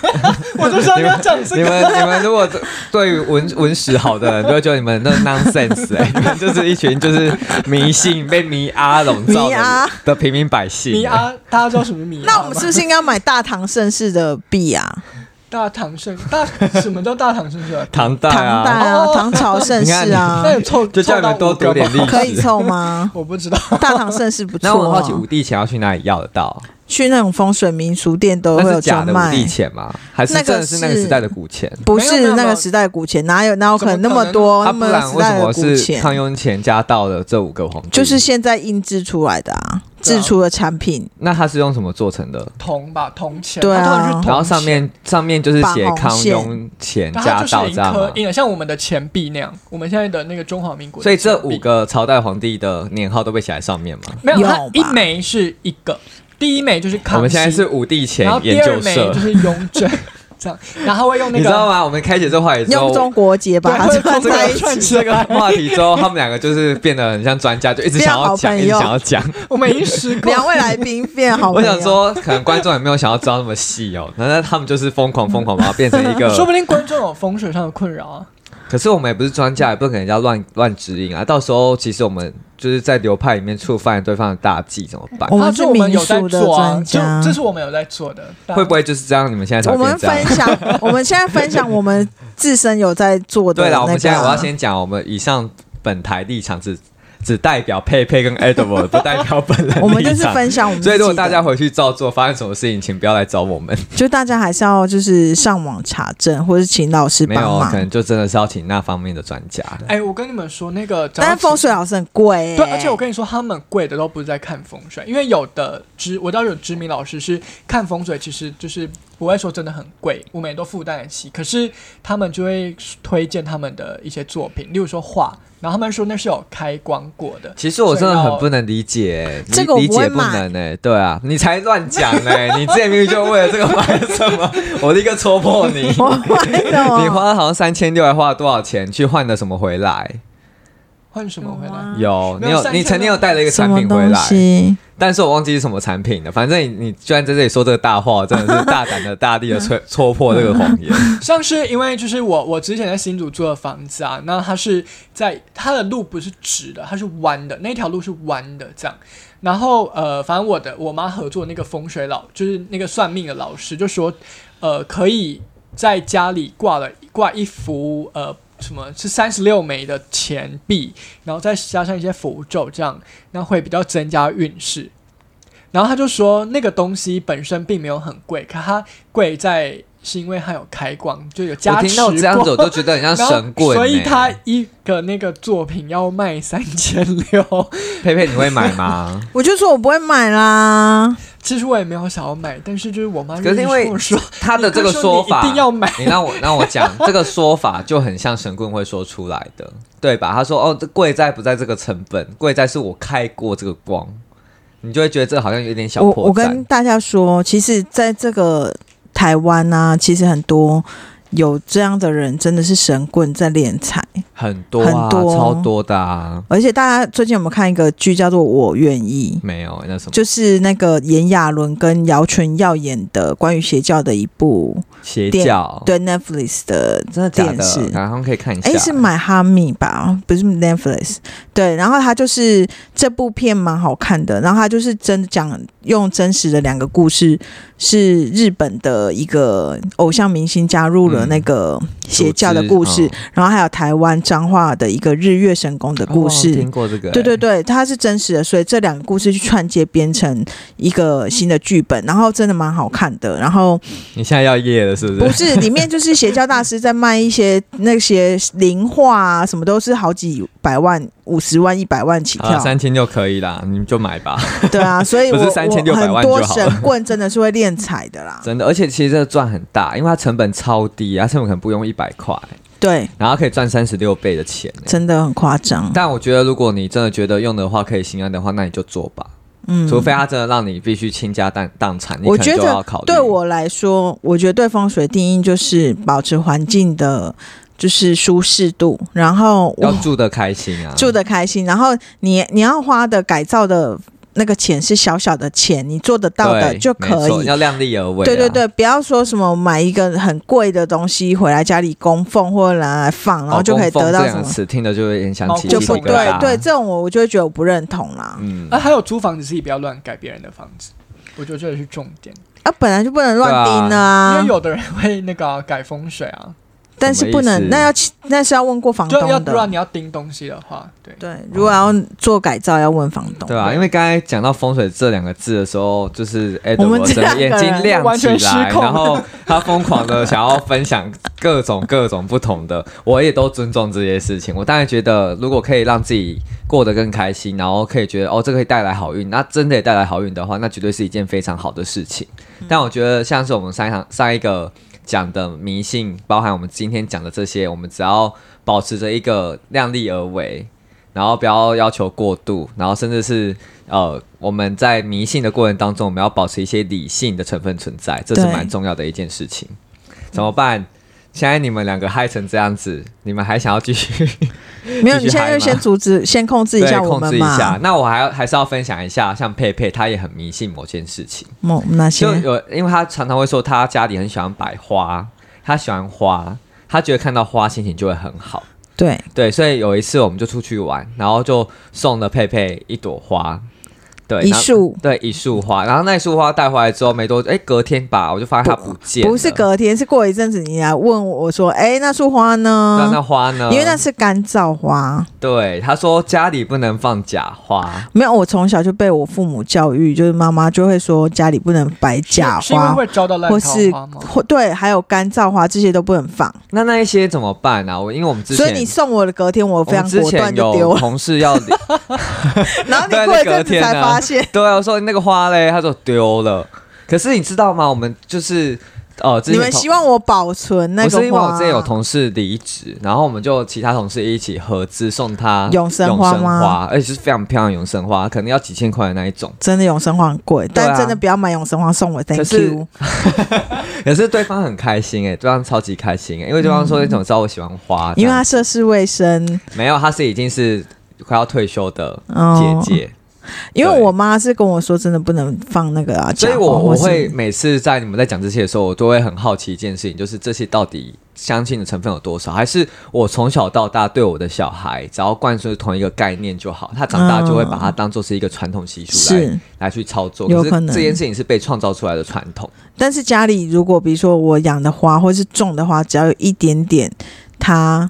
[SPEAKER 3] 我就知道你要讲这
[SPEAKER 2] 你
[SPEAKER 3] 个。
[SPEAKER 2] 们你们如果对对于文文史好的人，都会觉得 你们那 nonsense 哎、你们就是一群就是迷信被迷阿笼罩
[SPEAKER 1] 迷啊阿
[SPEAKER 2] 的的平民百姓、啊
[SPEAKER 3] 米阿，大家知道什么米阿吗？啊
[SPEAKER 1] 那我们是不是应该买大唐盛世的币啊？
[SPEAKER 3] 大唐盛大 什么叫大唐盛世啊？
[SPEAKER 2] 唐代
[SPEAKER 1] 唐代
[SPEAKER 2] 啊，
[SPEAKER 1] 啊，
[SPEAKER 3] 哦
[SPEAKER 1] 唐朝盛世啊
[SPEAKER 3] 那，有凑
[SPEAKER 2] 就叫你们
[SPEAKER 3] 凑到
[SPEAKER 2] 多
[SPEAKER 3] 五个
[SPEAKER 2] 读点
[SPEAKER 3] 吗？
[SPEAKER 2] 历
[SPEAKER 1] 可以
[SPEAKER 2] 史。
[SPEAKER 1] 凑吗
[SPEAKER 3] 我不知道，
[SPEAKER 1] 大唐盛世不错、
[SPEAKER 2] 那
[SPEAKER 1] 啊，
[SPEAKER 2] 我很好奇，五帝钱要去哪里要得到？
[SPEAKER 1] 去那种风水民俗店都会
[SPEAKER 2] 那
[SPEAKER 1] 有
[SPEAKER 2] 是假
[SPEAKER 1] 专
[SPEAKER 2] 的五
[SPEAKER 1] 卖
[SPEAKER 2] 帝，钱吗？还是
[SPEAKER 1] 那个
[SPEAKER 2] 真的是那个
[SPEAKER 1] 是
[SPEAKER 2] 时代的古钱？
[SPEAKER 1] 不
[SPEAKER 3] 没有没
[SPEAKER 1] 是
[SPEAKER 3] 有
[SPEAKER 1] 那
[SPEAKER 3] 没
[SPEAKER 1] 个
[SPEAKER 3] 有
[SPEAKER 1] 时代古钱，哪有哪有可能那
[SPEAKER 3] 怎么
[SPEAKER 1] 么
[SPEAKER 3] 可能
[SPEAKER 1] 多哦
[SPEAKER 2] 啊，
[SPEAKER 1] 那
[SPEAKER 2] 不
[SPEAKER 1] 么多
[SPEAKER 2] 然
[SPEAKER 1] 时
[SPEAKER 2] 为
[SPEAKER 1] 代
[SPEAKER 2] 什
[SPEAKER 1] 的
[SPEAKER 2] 么
[SPEAKER 1] 古
[SPEAKER 2] 是康
[SPEAKER 1] 钱？
[SPEAKER 2] 雍乾加到了这五个皇帝？
[SPEAKER 1] 就是现在印制出来的啊，
[SPEAKER 3] 对啊
[SPEAKER 1] 制出的产品，
[SPEAKER 2] 那它是用什么做成的？
[SPEAKER 3] 铜吧，铜钱，
[SPEAKER 1] 对啊
[SPEAKER 3] 它通常是
[SPEAKER 2] 然后
[SPEAKER 3] 铜
[SPEAKER 2] 上
[SPEAKER 3] 钱，
[SPEAKER 2] 面上面就是写
[SPEAKER 1] 绑红
[SPEAKER 2] 康
[SPEAKER 1] 线
[SPEAKER 2] 雍乾
[SPEAKER 3] 然后它
[SPEAKER 2] 加
[SPEAKER 3] 就是
[SPEAKER 2] 到
[SPEAKER 3] 一
[SPEAKER 2] 这样
[SPEAKER 3] 颗
[SPEAKER 2] 吗，？
[SPEAKER 3] 银的，像我们的钱币那样，我们现在的那个中华民国的
[SPEAKER 2] 所以这
[SPEAKER 3] 钱币
[SPEAKER 2] 五个朝代皇帝的年号都被写在上面嘛？
[SPEAKER 3] 没有，
[SPEAKER 1] 有
[SPEAKER 3] 它一
[SPEAKER 1] 吧
[SPEAKER 3] 枚是一个，第一枚就是康熙，
[SPEAKER 2] 我们现在是五帝前
[SPEAKER 3] 然后第
[SPEAKER 2] 研
[SPEAKER 3] 二
[SPEAKER 2] 究
[SPEAKER 3] 枚
[SPEAKER 2] 社
[SPEAKER 3] 就，是雍正，这样，然后会用那 个，
[SPEAKER 2] 你知道吗？我们开启这话题之
[SPEAKER 1] 用中
[SPEAKER 2] 后，
[SPEAKER 1] 国结把它
[SPEAKER 3] 对会
[SPEAKER 1] 串
[SPEAKER 2] 这
[SPEAKER 1] 在一
[SPEAKER 2] 个
[SPEAKER 1] 起。
[SPEAKER 3] 串起
[SPEAKER 2] 这个 话题之后，他们两个就是变得很像专家，就一直
[SPEAKER 1] 变
[SPEAKER 2] 想要
[SPEAKER 1] 好
[SPEAKER 2] 讲，
[SPEAKER 1] 朋
[SPEAKER 2] 一直
[SPEAKER 1] 友
[SPEAKER 2] 想要讲。
[SPEAKER 3] 我们已经 失控，
[SPEAKER 1] 两位来宾变好
[SPEAKER 2] 我
[SPEAKER 1] 朋友，
[SPEAKER 2] 想说，可能观众也没有想要知道那么细哦，那他们就是疯狂疯狂把它变成一 个。
[SPEAKER 3] 说不定观众有风水上的困扰啊。
[SPEAKER 2] 可是我们也不是专家，也不能给人家乱乱指引啊。到时候其实我们就是在流派里面触犯对方的大忌，怎么办？
[SPEAKER 1] 我
[SPEAKER 3] 啊
[SPEAKER 1] 们
[SPEAKER 3] 这
[SPEAKER 1] 是
[SPEAKER 3] 我们
[SPEAKER 1] 民
[SPEAKER 3] 有在
[SPEAKER 1] 俗的
[SPEAKER 3] 做啊，
[SPEAKER 1] 专
[SPEAKER 3] 就
[SPEAKER 1] 家，
[SPEAKER 3] 这是我们有在做的，大家
[SPEAKER 2] 会不会就是这样？你们现在才
[SPEAKER 1] 我
[SPEAKER 2] 会
[SPEAKER 1] 们
[SPEAKER 2] 变这样
[SPEAKER 1] 分？享， 我们现在分享我们自身有在做的
[SPEAKER 2] 对
[SPEAKER 1] 那个啊。
[SPEAKER 2] 了，我们现在我要先讲，我们以上本台立场只只代表佩佩跟 Edward，不代表本人立场。
[SPEAKER 1] 我们就是分享我们自己的。
[SPEAKER 2] 所以如果大家回去照做，发生什么事情，请不要来找我们。
[SPEAKER 1] 就大家还是要就是上网查证，或是请老师
[SPEAKER 2] 没
[SPEAKER 1] 帮
[SPEAKER 2] 有，可
[SPEAKER 1] 忙。
[SPEAKER 2] 能就真的是要请那方面的专家。
[SPEAKER 3] 哎、我跟你们说，那个找到
[SPEAKER 1] 但是风水老师很贵、欸，
[SPEAKER 3] 对，而且我跟你说，他们贵的都不是在看风水，因为有的知我知道有知名老师是看风水，其实就是不会说真的很贵，我们也都负担得起。可是他们就会推荐他们的一些作品，例如说画，然后他们说那是有开光过的。
[SPEAKER 2] 其实我真的很不
[SPEAKER 3] 能，
[SPEAKER 2] 能理解、欸，你
[SPEAKER 1] 呃这个我
[SPEAKER 2] 理
[SPEAKER 1] 不会
[SPEAKER 2] 解不
[SPEAKER 1] 买
[SPEAKER 2] 能哎、对啊，你才乱讲 哎、你之前明明就为了这个买了什么， 我立刻戳破你。
[SPEAKER 1] 我买什么？
[SPEAKER 2] 你花了好像三千六，还花了多少钱去换的什么回来？
[SPEAKER 3] 换什么回
[SPEAKER 1] 有
[SPEAKER 3] 来
[SPEAKER 1] 啊？
[SPEAKER 2] 有，
[SPEAKER 3] 没
[SPEAKER 2] 你
[SPEAKER 3] 有
[SPEAKER 2] 有，你
[SPEAKER 3] 3600
[SPEAKER 2] 曾经有带了一个
[SPEAKER 1] 什
[SPEAKER 2] 产
[SPEAKER 1] 么
[SPEAKER 2] 品回
[SPEAKER 1] 东
[SPEAKER 2] 来，
[SPEAKER 1] 西？
[SPEAKER 2] 但是我忘记是什么产品了。反正你你居然在这里说这个大话，我真的是大胆的、大力的戳戳破这个谎言。
[SPEAKER 3] 像是因为就是我我之前在新竹租的房子啊，那它是在它的路不是直的，它是弯的，那条路是弯的这样。然后呃，反正我的我妈合作那个风水老，就是那个算命的老师就说，呃，可以在家里挂了挂一幅呃什么是三十六枚的钱币，然后再加上一些符咒，这样那会比较增加运势。然后他就说，那个东西本身并没有很贵，可它贵在是因为它有开光，就有加
[SPEAKER 2] 我
[SPEAKER 3] 持
[SPEAKER 2] 听到这样子，我都觉得很像
[SPEAKER 3] 然后
[SPEAKER 2] 神棍欸、
[SPEAKER 3] 所以他一个那个作品要卖三千六。
[SPEAKER 2] 佩佩，你会 买吗？
[SPEAKER 1] 我就说我不会买啦，
[SPEAKER 3] 其实我也没有想要买，但是就是我妈
[SPEAKER 2] 可是
[SPEAKER 3] 就
[SPEAKER 2] 因为
[SPEAKER 3] 跟我说，
[SPEAKER 2] 他的这个说法，
[SPEAKER 3] 你一定要买
[SPEAKER 2] 你让我让我讲，这个说法就很像神棍会说出来的，对吧？他说：“哦，这贵在不在这个成本，贵在是我开过这个光。”你就会觉得这好像有点小
[SPEAKER 1] 我
[SPEAKER 2] 破绽。
[SPEAKER 1] 我跟大家说，其实在这个台湾啊，其实很多有这样的人真的是神棍在敛财，
[SPEAKER 2] 很多啊，
[SPEAKER 1] 很多
[SPEAKER 2] 超多的啊，
[SPEAKER 1] 而且大家最近有没有看一个剧叫做《我愿意》？
[SPEAKER 2] 没有那什么
[SPEAKER 1] 就是那个炎亚纶跟姚纯耀演的关于邪教的一部
[SPEAKER 2] 邪
[SPEAKER 1] 电
[SPEAKER 2] 教，
[SPEAKER 1] 对 Netflix 的
[SPEAKER 2] 真的哦假
[SPEAKER 1] 电视
[SPEAKER 2] 的？然后可以看一下。
[SPEAKER 1] 哎，是买哈密吧？不是 Netflix。对，然后他就是这部片蛮好看的，然后他就是真讲用真实的两个故事，是日本的一个偶像明星加入了
[SPEAKER 2] 嗯
[SPEAKER 1] 那个邪教的故事，
[SPEAKER 2] 组织
[SPEAKER 1] 然后还有台湾彰化的一个日月神功的
[SPEAKER 2] 哦
[SPEAKER 1] 故事。
[SPEAKER 2] 哦听过这个、
[SPEAKER 1] 对对对，它是真实的，所以这两个故事去串接编成一个新的剧本，然后真的蛮好看的。然后
[SPEAKER 2] 你现在要夜了是不是？
[SPEAKER 1] 不是里面就是邪教大师在卖一些那些零化啊，什么都是好几百万、五十万、一百万起
[SPEAKER 2] 啊，
[SPEAKER 1] 跳，
[SPEAKER 2] 三千就可以啦，你们就买吧，
[SPEAKER 1] 对 啊，所以
[SPEAKER 2] 不
[SPEAKER 1] 我
[SPEAKER 2] 是
[SPEAKER 1] 我
[SPEAKER 2] 3600
[SPEAKER 1] 很
[SPEAKER 2] 万
[SPEAKER 1] 多
[SPEAKER 2] 就好了
[SPEAKER 1] 神棍真的是会练财的 啦，
[SPEAKER 2] 真的。而且其实这个赚很大，因为它成本超低，啊它成本可能不用一百块，
[SPEAKER 1] 对，
[SPEAKER 2] 然后可以赚三十六倍的钱欸。
[SPEAKER 1] 真的很夸张，
[SPEAKER 2] 但我觉得，如果你真的觉得用的话可以心安的话，那你就做吧。
[SPEAKER 1] 嗯，
[SPEAKER 2] 除非它真的让你必须倾家荡荡产，你
[SPEAKER 1] 我
[SPEAKER 2] 可能
[SPEAKER 1] 觉
[SPEAKER 2] 就要
[SPEAKER 1] 得
[SPEAKER 2] 考虑。
[SPEAKER 1] 对我来说，我觉得对风水定义就是保持环境的，就是舒适度，然后
[SPEAKER 2] 要
[SPEAKER 1] 我
[SPEAKER 2] 住的开心啊，
[SPEAKER 1] 住的开心，然后你你要花的改造的那个钱是小小的钱，你做得到的
[SPEAKER 2] 对
[SPEAKER 1] 就
[SPEAKER 2] 没
[SPEAKER 1] 可
[SPEAKER 2] 错
[SPEAKER 1] 以。
[SPEAKER 2] 要量力而为、啊。
[SPEAKER 1] 对对对，不要说什么买一个很贵的东西回来家里供奉或者拿来放，然后就可以得到什
[SPEAKER 2] 哦这
[SPEAKER 1] 么，哦
[SPEAKER 2] 词听的就会很想起
[SPEAKER 1] 就
[SPEAKER 3] 就
[SPEAKER 1] 不
[SPEAKER 3] 不
[SPEAKER 2] 鸡皮疙
[SPEAKER 1] 对
[SPEAKER 2] 瘩。
[SPEAKER 1] 对，这种我我就会觉得我不认同啦。
[SPEAKER 2] 嗯
[SPEAKER 3] 啊，，还有租房子自己不要乱改别人的房子，我觉得这个是重点，
[SPEAKER 1] 啊，本来就不能乱定
[SPEAKER 3] 因
[SPEAKER 1] 啊
[SPEAKER 3] 为，有的人会那个啊、改风水啊，
[SPEAKER 1] 但是不
[SPEAKER 2] 什么
[SPEAKER 1] 能，
[SPEAKER 2] 意思
[SPEAKER 1] 那要那是要问过房
[SPEAKER 3] 就要
[SPEAKER 1] 东
[SPEAKER 3] 不
[SPEAKER 1] 啊
[SPEAKER 3] 然
[SPEAKER 1] 的。
[SPEAKER 3] 你要盯东西的话，对，
[SPEAKER 1] 对，如果要做改造，要问房东。
[SPEAKER 2] 对啊，因为刚才讲到风水这两个字的时候，就是哎，
[SPEAKER 1] 我们
[SPEAKER 2] 我
[SPEAKER 1] 这两
[SPEAKER 2] 的
[SPEAKER 1] 个
[SPEAKER 2] 眼睛亮
[SPEAKER 3] 完
[SPEAKER 2] 起
[SPEAKER 3] 全
[SPEAKER 2] 来，
[SPEAKER 3] 失控
[SPEAKER 2] 然后他疯狂的想要分享各种各种不同的，我也都尊重这些事情。我当然觉得，如果可以让自己过得更开心，然后可以觉得哦，这可以带来好运，那真的也带来好运的话，那绝对是一件非常好的事情。
[SPEAKER 1] 嗯
[SPEAKER 2] 但我觉得，像是我们上一堂上一个讲的迷信，包含我们今天讲的这些，我们只要保持着一个量力而为，然后不要要求过度，然后甚至是呃，我们在迷信的过程当中，我们要保持一些理性的成分存在，这是
[SPEAKER 1] 对
[SPEAKER 2] 蛮重要的一件事情。怎么办？现在你们两个嗨成这样子，你们还想要继续？
[SPEAKER 1] 没有，
[SPEAKER 2] 继续
[SPEAKER 1] 你现在
[SPEAKER 2] 嗨
[SPEAKER 1] 就
[SPEAKER 2] 嘛
[SPEAKER 1] 先阻止，先控制一
[SPEAKER 2] 对，
[SPEAKER 1] 下我
[SPEAKER 2] 控
[SPEAKER 1] 们
[SPEAKER 2] 制一下
[SPEAKER 1] 嘛。。
[SPEAKER 2] 那我还要还是要分享一下，像佩佩，她也很迷信某件事情。
[SPEAKER 1] 某嗯那
[SPEAKER 2] 就
[SPEAKER 1] 些，
[SPEAKER 2] 有，因为他常常会说他家里很喜欢摆花，他喜欢花，他觉得看到花心情就会很好。
[SPEAKER 1] 对，
[SPEAKER 2] 对，所以有一次我们就出去玩，然后就送了佩佩一朵花，对，
[SPEAKER 1] 一
[SPEAKER 2] 然后
[SPEAKER 1] 束，
[SPEAKER 2] 对，一束花。然后那束花带回来之后没多久，哎，隔天吧，我就发现它不见了，
[SPEAKER 1] 不是隔天，是过一阵子你来问我说：“哎、那束花
[SPEAKER 2] 那那呃
[SPEAKER 1] 呢？”
[SPEAKER 2] 花呢？
[SPEAKER 1] 嗯因为那是干燥花。
[SPEAKER 2] 对他说家里不能放假花，
[SPEAKER 1] 没有，我从小就被我父母教育，就是妈妈就会说家里不能摆假
[SPEAKER 3] 是是因为
[SPEAKER 1] 花，
[SPEAKER 3] 会招到烂
[SPEAKER 1] 或
[SPEAKER 3] 桃
[SPEAKER 1] 是
[SPEAKER 3] 花吗？
[SPEAKER 1] 或对，还有干燥花这些都不能放。
[SPEAKER 2] 那那一些怎么办啊？我因为我们之前
[SPEAKER 1] 所以你送我的隔天，我
[SPEAKER 2] 我
[SPEAKER 1] 非
[SPEAKER 2] 们
[SPEAKER 1] 常
[SPEAKER 2] 之
[SPEAKER 1] 果断
[SPEAKER 2] 前
[SPEAKER 1] 就丢
[SPEAKER 2] 有
[SPEAKER 1] 了。
[SPEAKER 2] 同事要离
[SPEAKER 1] 然后你
[SPEAKER 2] 对
[SPEAKER 1] 过一
[SPEAKER 2] 那隔
[SPEAKER 1] 阵子
[SPEAKER 2] 天
[SPEAKER 1] 才
[SPEAKER 2] 啊
[SPEAKER 1] 发现，
[SPEAKER 2] 对啊，我说那个花嘞，他说丢了。可是你知道吗？我们就是呃，之前
[SPEAKER 1] 你们
[SPEAKER 2] 同
[SPEAKER 1] 希望我保存那
[SPEAKER 2] 不
[SPEAKER 1] 个花？
[SPEAKER 2] 是因为我之前有同事离职，然后我们就其他同事一起合资送他
[SPEAKER 1] 永生花吗
[SPEAKER 2] 花而且是非常漂亮的永生花，可能要几千块的那一种。
[SPEAKER 1] 真的永生花很贵，
[SPEAKER 2] 啊
[SPEAKER 1] 但真的不要买永生花送我，Thank
[SPEAKER 2] 可是
[SPEAKER 1] you。
[SPEAKER 2] 可是对方很开心哎、对方超级开心哎、因为对方说你怎么知道我喜欢花？
[SPEAKER 1] 嗯因为
[SPEAKER 2] 这
[SPEAKER 1] 它
[SPEAKER 2] 样
[SPEAKER 1] 涉世未深，
[SPEAKER 2] 没有，他是已经是快要退休的
[SPEAKER 1] 哦
[SPEAKER 2] 姐姐，
[SPEAKER 1] 因为我妈是跟我说，真的不能放那个啊，
[SPEAKER 2] 所以
[SPEAKER 1] 假
[SPEAKER 2] 我
[SPEAKER 1] 花或
[SPEAKER 2] 我
[SPEAKER 1] 是
[SPEAKER 2] 会每次在你们在讲这些的时候，我都会很好奇一件事情，就是这些到底相亲的成分有多少？还是我从小到大对我的小孩，只要灌输同一个概念就好，他长大就会把它当做是一个传统习俗来、
[SPEAKER 1] 是，
[SPEAKER 2] 来去操作。
[SPEAKER 1] 有
[SPEAKER 2] 是
[SPEAKER 1] 可能
[SPEAKER 2] 这件事情是被创造出来的传统，
[SPEAKER 1] 但是家里如果比如说我养的花或是种的花，只要有一点点它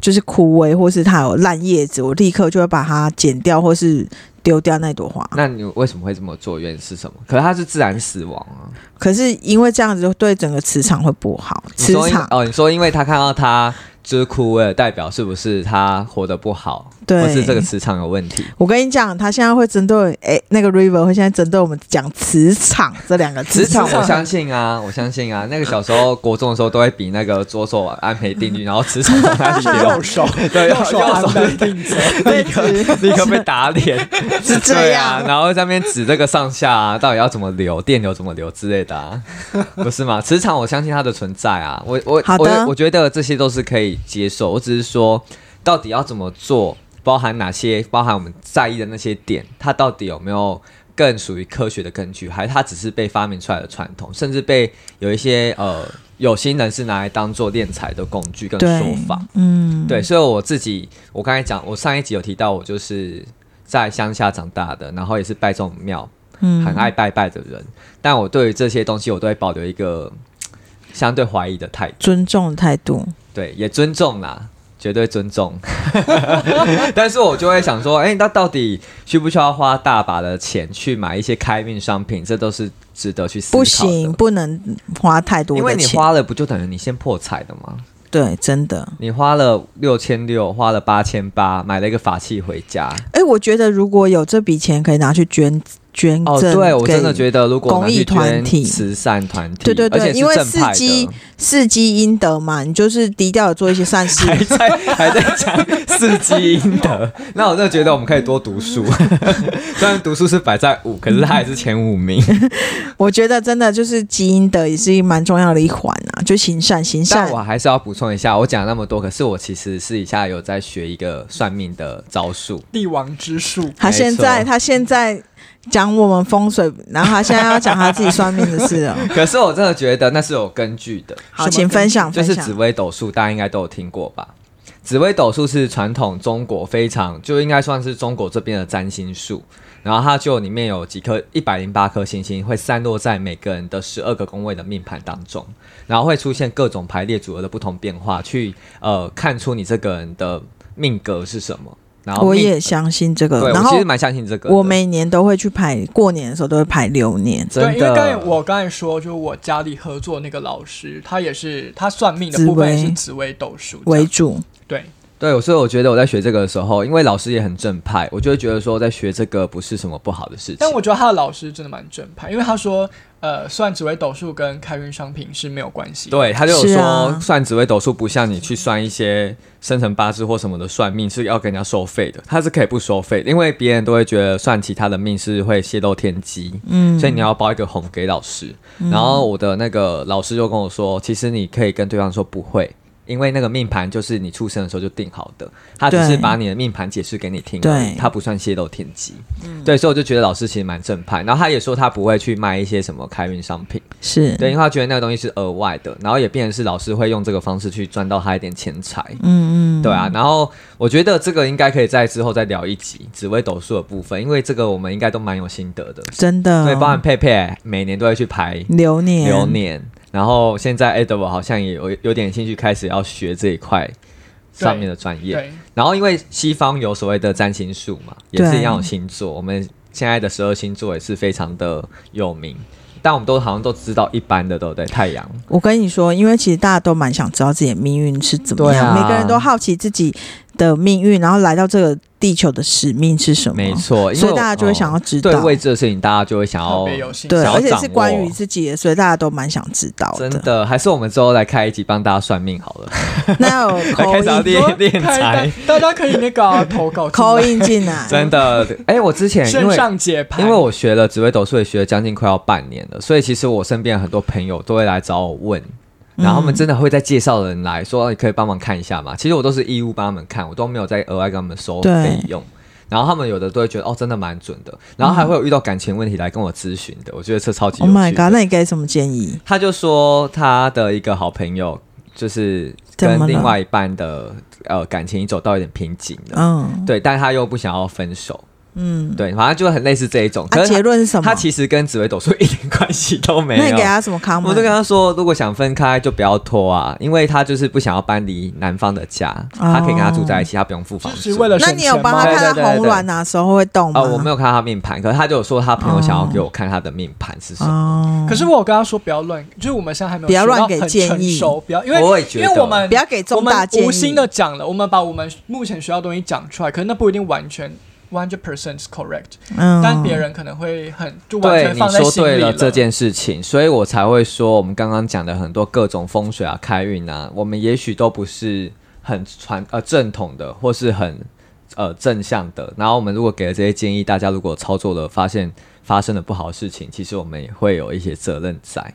[SPEAKER 1] 就是枯萎，或是它有烂叶子，我立刻就会把它剪掉或是丢掉那朵花。
[SPEAKER 2] 那你为什么会这么做？原因是什么？可是它是自然死亡啊！
[SPEAKER 1] 可是因为这样子对整个磁场会不好，
[SPEAKER 2] 你
[SPEAKER 1] 磁
[SPEAKER 2] 说因
[SPEAKER 1] 场
[SPEAKER 2] 哦，你说因为他看到他就是枯萎了，代表是不是他活得不好，或
[SPEAKER 1] 对
[SPEAKER 2] 是这个磁场有问题？
[SPEAKER 1] 我跟你讲，他现在会针对诶、那个 River 会现在针对我们讲磁场这两个字
[SPEAKER 2] 职场我相信啊，我相信啊，那个小时候国中的时候都会比那个左手安培定律，然后职场往哪里
[SPEAKER 3] 右
[SPEAKER 2] 流，
[SPEAKER 3] 手，
[SPEAKER 2] 对，
[SPEAKER 3] 右
[SPEAKER 2] 右
[SPEAKER 3] 手
[SPEAKER 2] 手
[SPEAKER 3] 按在定则，
[SPEAKER 2] 立刻立刻被打脸，
[SPEAKER 1] 是这
[SPEAKER 2] 对啊，
[SPEAKER 1] 样。
[SPEAKER 2] 然后在那边指这个上下啊，到底要怎么流，电流怎么流之类的啊，不是吗？职场我相信它的存在啊，我我
[SPEAKER 1] 好的
[SPEAKER 2] 我我觉得这些都是可以接受，我只是说到底要怎么做，包含哪些，包含我们在意的那些点，它到底有没有？更属于科学的根据，还是它只是被发明出来的传统，甚至被有一些呃有心人士拿来当做敛财的工具跟
[SPEAKER 1] 对
[SPEAKER 2] 说法。
[SPEAKER 1] 嗯，
[SPEAKER 2] 对，所以我自己，我刚才讲，我上一集有提到，我就是在乡下长大的，然后也是拜这种庙，
[SPEAKER 1] 嗯
[SPEAKER 2] 很爱拜拜的人。但我对于这些东西，我都会保留一个嘖相对怀疑的态度，
[SPEAKER 1] 尊重的态度，
[SPEAKER 2] 对，也尊重啦，绝对尊重。 但是我就会想说，哎、那到底需不需要花大把的钱去买一些开运商品？这都是值得去思考
[SPEAKER 1] 不
[SPEAKER 2] 的。
[SPEAKER 1] 行，不能花太多
[SPEAKER 2] 因为
[SPEAKER 1] 的
[SPEAKER 2] 你
[SPEAKER 1] 钱。
[SPEAKER 2] 花了，不就等于你先破财的吗？
[SPEAKER 1] 对，真的。
[SPEAKER 2] 你花了六千六，花了八千八，买了一个法器回家，
[SPEAKER 1] 哎、我觉得如果有这笔钱可以拿去捐捐赠
[SPEAKER 2] 哦，
[SPEAKER 1] 给、
[SPEAKER 2] 对，我真的觉得如果
[SPEAKER 1] 公益
[SPEAKER 2] 拿去捐
[SPEAKER 1] 团体
[SPEAKER 2] 慈善团体，
[SPEAKER 1] 对对对
[SPEAKER 2] 而且是
[SPEAKER 1] 因为
[SPEAKER 2] 正派的
[SPEAKER 1] 司机事积阴德嘛，你就是低调的做一些善事。
[SPEAKER 2] 还在还在讲四积阴德，那我真的觉得我们可以多读书。 虽然读书是摆在五，可是它还是前五名。
[SPEAKER 1] 我觉得真的就是积阴德也是蛮重要的一环啊，就行善行善
[SPEAKER 2] 但我。还是要补充一下，我讲那么多，可是我其实私底下有在学一个算命的招数。
[SPEAKER 3] 帝王之术，
[SPEAKER 1] 他现在
[SPEAKER 2] 没错
[SPEAKER 1] 他现在讲我们风水，然后他现在要讲他自己算命的事 了。
[SPEAKER 2] 可是我真的觉得那是有根据的，
[SPEAKER 1] 好，
[SPEAKER 3] 什么
[SPEAKER 1] 请分享
[SPEAKER 2] 就
[SPEAKER 1] 分
[SPEAKER 2] 是
[SPEAKER 1] 享
[SPEAKER 2] 紫。微斗数，大家应该都有听过吧？紫微斗数是传统中国非常就应该算是中国这边的占星术，然后它就里面有几颗一百零八颗星星会散落在每个人的十二个宫位的命盘当中，然后会出现各种排列组合的不同变化，去呃看出你这个人的命格是什么。然后
[SPEAKER 1] 我
[SPEAKER 2] 命
[SPEAKER 1] 也相信这个，
[SPEAKER 2] 对
[SPEAKER 1] 然
[SPEAKER 2] 我
[SPEAKER 1] 后
[SPEAKER 2] 其实蛮相信这个的，
[SPEAKER 1] 我每年都会去排，过年的时候都会排流年。
[SPEAKER 2] 真
[SPEAKER 3] 对，
[SPEAKER 2] 的
[SPEAKER 3] 因为刚才我刚才说，就是我家里合作那个老师，他也是他算命的
[SPEAKER 1] 紫
[SPEAKER 3] 部分
[SPEAKER 1] 微
[SPEAKER 3] 也是紫微斗数这
[SPEAKER 1] 为
[SPEAKER 3] 样，
[SPEAKER 1] 主，
[SPEAKER 3] 对，
[SPEAKER 2] 对，所以我觉得我在学这个的时候，因为老师也很正派，我就会觉得说在学这个不是什么不好的事情。
[SPEAKER 3] 但我觉得他的老师真的蛮正派，因为他说，呃，算紫微斗数跟开运商品是没有关系的。
[SPEAKER 2] 对，他就有
[SPEAKER 1] 是
[SPEAKER 2] 说、
[SPEAKER 1] 啊
[SPEAKER 2] 算紫微斗数不像你去算一些生辰八字或什么的算命是要跟人家收费的，他是可以不收费的，因为别人都会觉得算其他的命是会泄露天机，
[SPEAKER 1] 嗯，
[SPEAKER 2] 所以你要包一个红给老师。然后我的那个老师就跟我说，其实你可以跟对方说不会。因为那个命盘就是你出生的时候就定好的，他只
[SPEAKER 1] 对
[SPEAKER 2] 是把你的命盘解释给你听而已
[SPEAKER 1] 对，嗯
[SPEAKER 2] 他不算泄露天机。对，所以我就觉得老师其实蛮正派。然后他也说他不会去卖一些什么开运商品，
[SPEAKER 1] 是，
[SPEAKER 2] 对，因为他觉得那个东西是额外的，然后也变成是老师会用这个方式去赚到他一点钱财，
[SPEAKER 1] 嗯嗯，
[SPEAKER 2] 对啊。然后我觉得这个应该可以在之后再聊一集紫微斗数的部分，因为这个我们应该都蛮有心得的。
[SPEAKER 1] 真的。
[SPEAKER 2] 对，包含佩佩每年都会去排
[SPEAKER 1] 流嗯年，
[SPEAKER 2] 流年，然后现在 Edward 好像也有有点兴趣开始要学这一块上面的专业。
[SPEAKER 3] 对，
[SPEAKER 2] 然后因为西方有所谓的占星术嘛，也
[SPEAKER 1] 对
[SPEAKER 2] 是一样有星座，我们现在的十二星座也是非常的有名，但我们都好像都知道一般的，对不对？太阳。
[SPEAKER 1] 我跟你说，因为其实大家都蛮想知道自己的命运是怎么
[SPEAKER 2] 对
[SPEAKER 1] 样，
[SPEAKER 2] 啊
[SPEAKER 1] 每个人都好奇自己的命运，然后来到这个地球的使命是什么，
[SPEAKER 2] 没错，因为
[SPEAKER 1] 所以大家就会想要
[SPEAKER 2] 哦
[SPEAKER 1] 知道，
[SPEAKER 2] 对未知的事情，大家就会想
[SPEAKER 3] 特
[SPEAKER 2] 要
[SPEAKER 3] 别有兴趣
[SPEAKER 1] 对，
[SPEAKER 2] 想要
[SPEAKER 1] 而且
[SPEAKER 2] 掌
[SPEAKER 1] 是
[SPEAKER 2] 握
[SPEAKER 1] 关于自己的，所以大家都蛮想知道
[SPEAKER 2] 真的，还是我们之后来开一集帮大家算命好 了，
[SPEAKER 1] 那有
[SPEAKER 2] 来 开始要
[SPEAKER 1] call in
[SPEAKER 2] 练练
[SPEAKER 3] 开
[SPEAKER 2] 财，
[SPEAKER 3] 大大家可以那 个啊、投稿
[SPEAKER 1] call
[SPEAKER 3] 进
[SPEAKER 1] in 进来，
[SPEAKER 2] 真的。哎，我之前
[SPEAKER 3] 来
[SPEAKER 2] 因
[SPEAKER 3] 线
[SPEAKER 2] 为
[SPEAKER 3] 上解盘，
[SPEAKER 2] 因为我学了紫微斗数，也学了将近快要半年了，所以其实我身边很多朋友都会来找我问。然后他们
[SPEAKER 1] 嗯
[SPEAKER 2] 真的会再介绍人来说，哦你可以帮忙看一下嘛。其实我都是义务帮他们看，我都没有再额外跟他们收费用。然后他们有的都会觉得哦，真的蛮准的。然后还会有遇到感情问题来跟我咨询的，我觉得这超级有
[SPEAKER 1] ，Oh
[SPEAKER 2] 趣的。
[SPEAKER 1] my god，那你给什么建议？
[SPEAKER 2] 他就说他的一个好朋友就是
[SPEAKER 1] 怎么
[SPEAKER 2] 跟
[SPEAKER 1] 了
[SPEAKER 2] 另外一半的呃感情已经走到有点瓶颈了，
[SPEAKER 1] 嗯
[SPEAKER 2] 对，但他又不想要分手，
[SPEAKER 1] 嗯，
[SPEAKER 2] 对，反正就很类似这一种。
[SPEAKER 1] 啊，
[SPEAKER 2] 可
[SPEAKER 1] 结
[SPEAKER 2] 是
[SPEAKER 1] 论是什
[SPEAKER 2] 他
[SPEAKER 1] 么？
[SPEAKER 2] 他其实跟紫微斗数一点关系都没有。
[SPEAKER 1] 那你给他什么 comment？
[SPEAKER 2] 我就跟他说，如果想分开就不要拖啊，因为他就是不想要搬离男方的家，
[SPEAKER 1] 哦
[SPEAKER 2] 他可以跟他住在一起，他不用付房租。
[SPEAKER 3] 就是为了
[SPEAKER 1] 那你有帮他
[SPEAKER 2] 对对
[SPEAKER 1] 看
[SPEAKER 2] 对
[SPEAKER 1] 他
[SPEAKER 2] 对
[SPEAKER 1] 红鸾哪时候会动吗？
[SPEAKER 2] 啊、我没有看他命盘，可是他就有说他朋友想要给我看他的命盘是什么。
[SPEAKER 1] 哦，
[SPEAKER 3] 可是我有跟他说不要乱，就是我们现在还没有
[SPEAKER 1] 不要
[SPEAKER 3] 学到
[SPEAKER 1] 乱给
[SPEAKER 3] 很
[SPEAKER 1] 建
[SPEAKER 3] 成
[SPEAKER 1] 议
[SPEAKER 3] 熟不要因
[SPEAKER 2] 我
[SPEAKER 3] 为
[SPEAKER 2] 也觉
[SPEAKER 3] 因
[SPEAKER 2] 得
[SPEAKER 3] 为我们
[SPEAKER 1] 不要给
[SPEAKER 3] 我
[SPEAKER 1] 重大
[SPEAKER 3] 们
[SPEAKER 1] 建议。
[SPEAKER 3] 无心的讲了，我们把我们目前学到的东西讲出来，可是那不一定完全 one hundred percent correct，、
[SPEAKER 1] 嗯
[SPEAKER 3] 但别人可能会很就完
[SPEAKER 2] 对，
[SPEAKER 3] 全
[SPEAKER 2] 你
[SPEAKER 3] 放在
[SPEAKER 2] 说
[SPEAKER 3] 心里
[SPEAKER 2] 对了这件事情，所以我才会说，我们刚刚讲的很多各种风水啊、开运啊，我们也许都不是很传呃正统的，或是很呃正向的。然后我们如果给了这些建议，大家如果操作了发现发生了不好的事情，其实我们也会有一些责任在。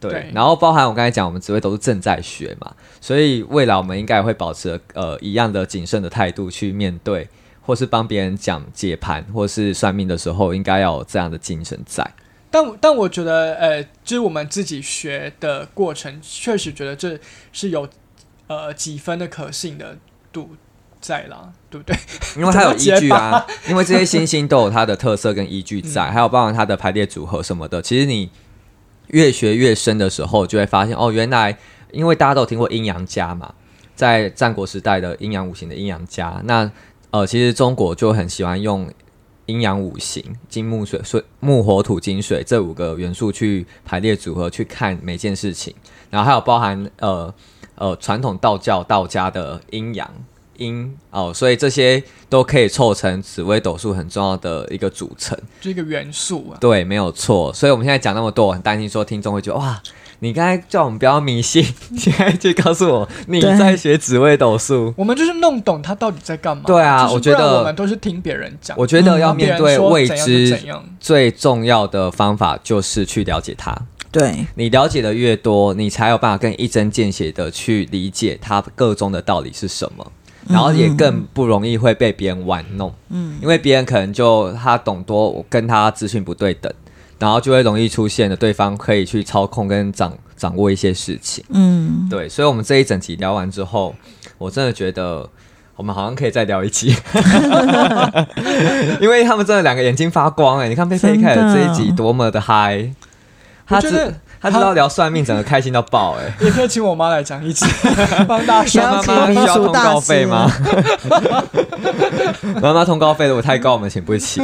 [SPEAKER 2] 对，
[SPEAKER 3] 对
[SPEAKER 2] 然后包含我刚才讲，我们紫微斗数正在学嘛，所以未来我们应该也会保持呃一样的谨慎的态度去面对，或是帮别人讲解盘或是算命的时候，应该要有这样的精神在。
[SPEAKER 3] 但我但我觉得，呃，就是我们自己学的过程，确实觉得这是有呃几分的可信的度在啦，对不对？
[SPEAKER 2] 因为它有依据
[SPEAKER 3] 怎么
[SPEAKER 2] 啊，因为这些星星都有它的特色跟依据在，还有包含它的排列组合什么的。其实你越学越深的时候，就会发现哦，原来因为大家都有听过阴阳家嘛，在战国时代的阴阳五行的阴阳家，那呃，其实中国就很喜欢用阴阳五行金木水水木火土金水这五个元素去排列组合去看每件事情，然后还有包含呃呃传统道教道家的阴阳。音哦，所以这些都可以凑成紫微斗数很重要的一个组成。
[SPEAKER 3] 就一个元素啊。
[SPEAKER 2] 对，没有错。所以我们现在讲那么多，我很担心说听众会觉得哇，你刚才叫我们不要迷信，现在就告诉我你
[SPEAKER 1] 对
[SPEAKER 2] 在学紫微斗数。
[SPEAKER 3] 我们就是弄懂他到底在干嘛。
[SPEAKER 2] 对啊
[SPEAKER 3] 就是
[SPEAKER 2] 我觉得
[SPEAKER 3] 不然我们都是听别人讲，
[SPEAKER 2] 我觉得要面对未
[SPEAKER 3] 嗯别人说怎样就
[SPEAKER 2] 知
[SPEAKER 3] 怎，样。
[SPEAKER 2] 最重要的方法就是去了解它。
[SPEAKER 1] 嗯对，
[SPEAKER 2] 你了解的越多，你才有办法更一针见血的去理解它个中的道理是什么，然后也更不容易会被别人玩弄。嗯，因为别人可能就他懂多，我跟他资讯不对等，然后就会容易出现的对方可以去操控跟掌掌握一些事情。
[SPEAKER 1] 嗯，
[SPEAKER 2] 对，所以我们这一整集聊完之后，我真的觉得。我们好像可以再聊一集， 因为他们真的两个眼睛发光哎、你看佩佩一开始
[SPEAKER 1] 真的
[SPEAKER 2] 这一集多么的嗨，他
[SPEAKER 3] 我觉
[SPEAKER 2] 知
[SPEAKER 3] 得
[SPEAKER 2] 他知道聊算命，整个开心到爆哎、
[SPEAKER 3] 也可以请我妈来讲一集，帮 大家说
[SPEAKER 1] 要
[SPEAKER 2] 妈
[SPEAKER 3] 妈
[SPEAKER 1] 请
[SPEAKER 2] 妈需
[SPEAKER 1] 民
[SPEAKER 2] 要
[SPEAKER 1] 俗
[SPEAKER 2] 通
[SPEAKER 1] 大
[SPEAKER 2] 告费
[SPEAKER 1] 师
[SPEAKER 2] 吗？妈妈通告费如果太高，我们请不起。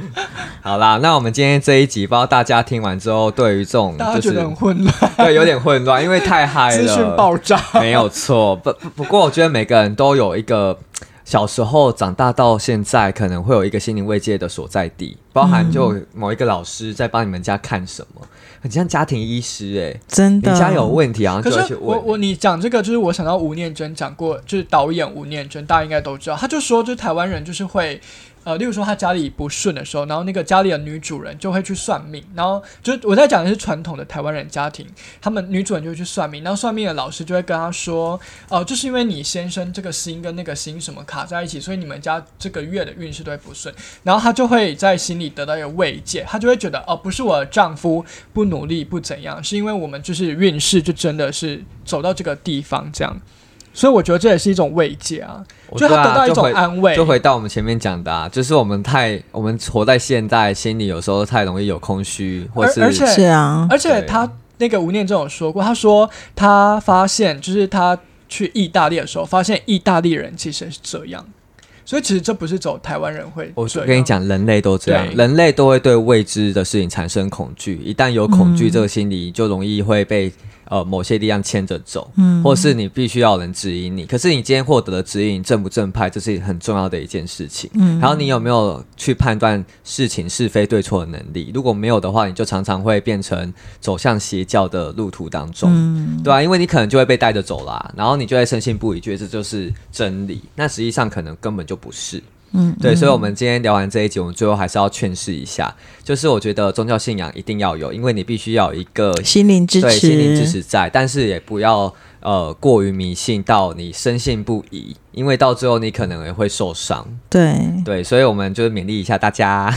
[SPEAKER 2] 好啦，那我们今天这一集，不知道大家听完之后，对于这种
[SPEAKER 3] 大家
[SPEAKER 2] 就
[SPEAKER 3] 觉
[SPEAKER 2] 是
[SPEAKER 3] 得很混乱，
[SPEAKER 2] 对有点混乱，因为太嗨
[SPEAKER 3] 资
[SPEAKER 2] 了，
[SPEAKER 3] 讯爆炸。
[SPEAKER 2] 没有错，不不不过我觉得每个人都有一个小时候长大到现在可能会有一个心灵慰藉的所在地，包含就
[SPEAKER 3] 嗯
[SPEAKER 2] 某一个老师在帮你们家看什么，很像家庭医师哎、
[SPEAKER 1] 真的。
[SPEAKER 2] 你家有问题，然后
[SPEAKER 3] 可
[SPEAKER 2] 就要去
[SPEAKER 3] 是我
[SPEAKER 2] 问。
[SPEAKER 3] 我你讲这个，就是我想到吴念真讲过，就是导演吴念真，大家应该都知道，他就说，就是台湾人就是会。呃，例如说他家里不顺的时候，然后那个家里的女主人就会去算命，然后就是我在讲的是传统的台湾人家庭，他们女主人就会去算命，然后算命的老师就会跟他说，哦，就是因为你先生这个星跟那个星什么卡在一起，所以你们家这个月的运势都会不顺，然后他就会在心里得到一个慰藉，他就会觉得，哦，不是我的丈夫不努力不怎样，是因为我们就是运势就真的是走到这个地方这样，所以我觉得这也是一种慰藉啊，
[SPEAKER 2] 我
[SPEAKER 3] 就
[SPEAKER 2] 对
[SPEAKER 3] 他
[SPEAKER 2] 啊
[SPEAKER 3] 得到一
[SPEAKER 2] 就
[SPEAKER 3] 种
[SPEAKER 2] 回
[SPEAKER 3] 安慰，
[SPEAKER 2] 就回到我们前面讲的、啊，就是我们太我们活在现代，心里有时候太容易有空虚，或
[SPEAKER 3] 而
[SPEAKER 2] 是
[SPEAKER 3] 而且
[SPEAKER 1] 是啊，
[SPEAKER 3] 而且
[SPEAKER 2] 对
[SPEAKER 3] 他那个吴念真有说过，他说他发现就是他去意大利的时候，发现意大利人其实是这样，所以其实这不是走台湾人会
[SPEAKER 2] 我
[SPEAKER 3] 这样
[SPEAKER 2] 跟你，讲，人类都这样，
[SPEAKER 3] 啊对
[SPEAKER 2] 人类都会对未知的事情产生恐惧。一旦有恐
[SPEAKER 1] 嗯
[SPEAKER 2] 惧这个心理，就容易会被呃某些力量牵着走，
[SPEAKER 1] 嗯
[SPEAKER 2] 或是你必须要有人指引你。可是你今天获得的指引正不正派，这是很重要的一件事情。
[SPEAKER 1] 嗯
[SPEAKER 2] 还有你有没有去判断事情是非对错的能力？如果没有的话，你就常常会变成走向邪教的路途当中。
[SPEAKER 1] 嗯，
[SPEAKER 2] 对啊，因为你可能就会被带着走啦，然后你就会深信不疑，觉得这就是真理。那实际上可能根本就不是。
[SPEAKER 1] 嗯，
[SPEAKER 2] 对，所以，我们今天聊完这一集，我们最后还是要劝示一下，就是我觉得宗教信仰一定要有，因为你必须要有一个
[SPEAKER 1] 心灵支持，
[SPEAKER 2] 对心灵支持在，但是也不要呃过于迷信到你深信不疑，因为到最后你可能也会受伤。
[SPEAKER 1] 嗯对，
[SPEAKER 2] 对，所以我们就是勉励一下 大家，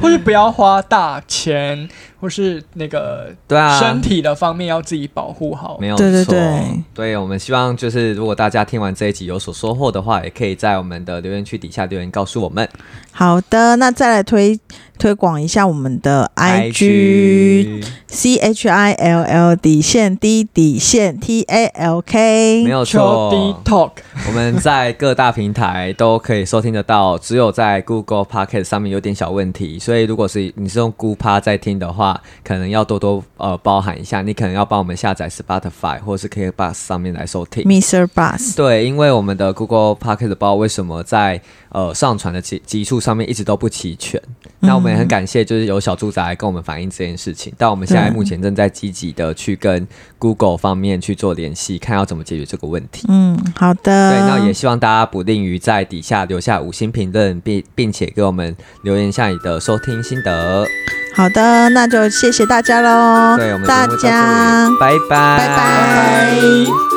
[SPEAKER 3] 或是不要花大钱，或是那个
[SPEAKER 2] 对啊，
[SPEAKER 3] 身体的方面要自己保护好。
[SPEAKER 2] 没有错，
[SPEAKER 1] 对对对
[SPEAKER 2] 对我们希望就是如果大家听完这一集有所收获的话，也可以在我们的留言区底下留言告诉我们。
[SPEAKER 1] 好的，那再来推推广一下我们的 IG C H I L L 底线 D 底线 T A L
[SPEAKER 2] 没
[SPEAKER 1] K，
[SPEAKER 2] 有
[SPEAKER 3] 秋
[SPEAKER 2] 错，
[SPEAKER 3] D Talk，
[SPEAKER 2] 我们在各大平台都可以收听得到，只有在 Google Podcast 上面有点小问题，所以如果是你是用 Google 趴在听的话，可能要多多呃包涵一下，你可能要帮我们下载 Spotify 或是 KKBox 上面来收听。
[SPEAKER 1] Mr. Bus，
[SPEAKER 2] 对，因为我们的 Google Podcast 不知道为什么在呃上传的集集数上面一直都不齐全，那我们也很感谢，就是有小住宅来跟我们反映这件事情。但我们现在
[SPEAKER 1] 对
[SPEAKER 2] 目前正在积极的去跟 Google 方面去做联系，看要怎么解决这个问题。
[SPEAKER 1] 嗯，好的，
[SPEAKER 2] 对，那也希望大家不吝于在底下留下五星评论，并并且给我们留言一下你的收听心得。
[SPEAKER 1] 好的，那就谢谢大家喽
[SPEAKER 2] 对，我们，节
[SPEAKER 1] 大
[SPEAKER 2] 目到这里
[SPEAKER 1] 家，
[SPEAKER 2] 拜拜，
[SPEAKER 1] 拜拜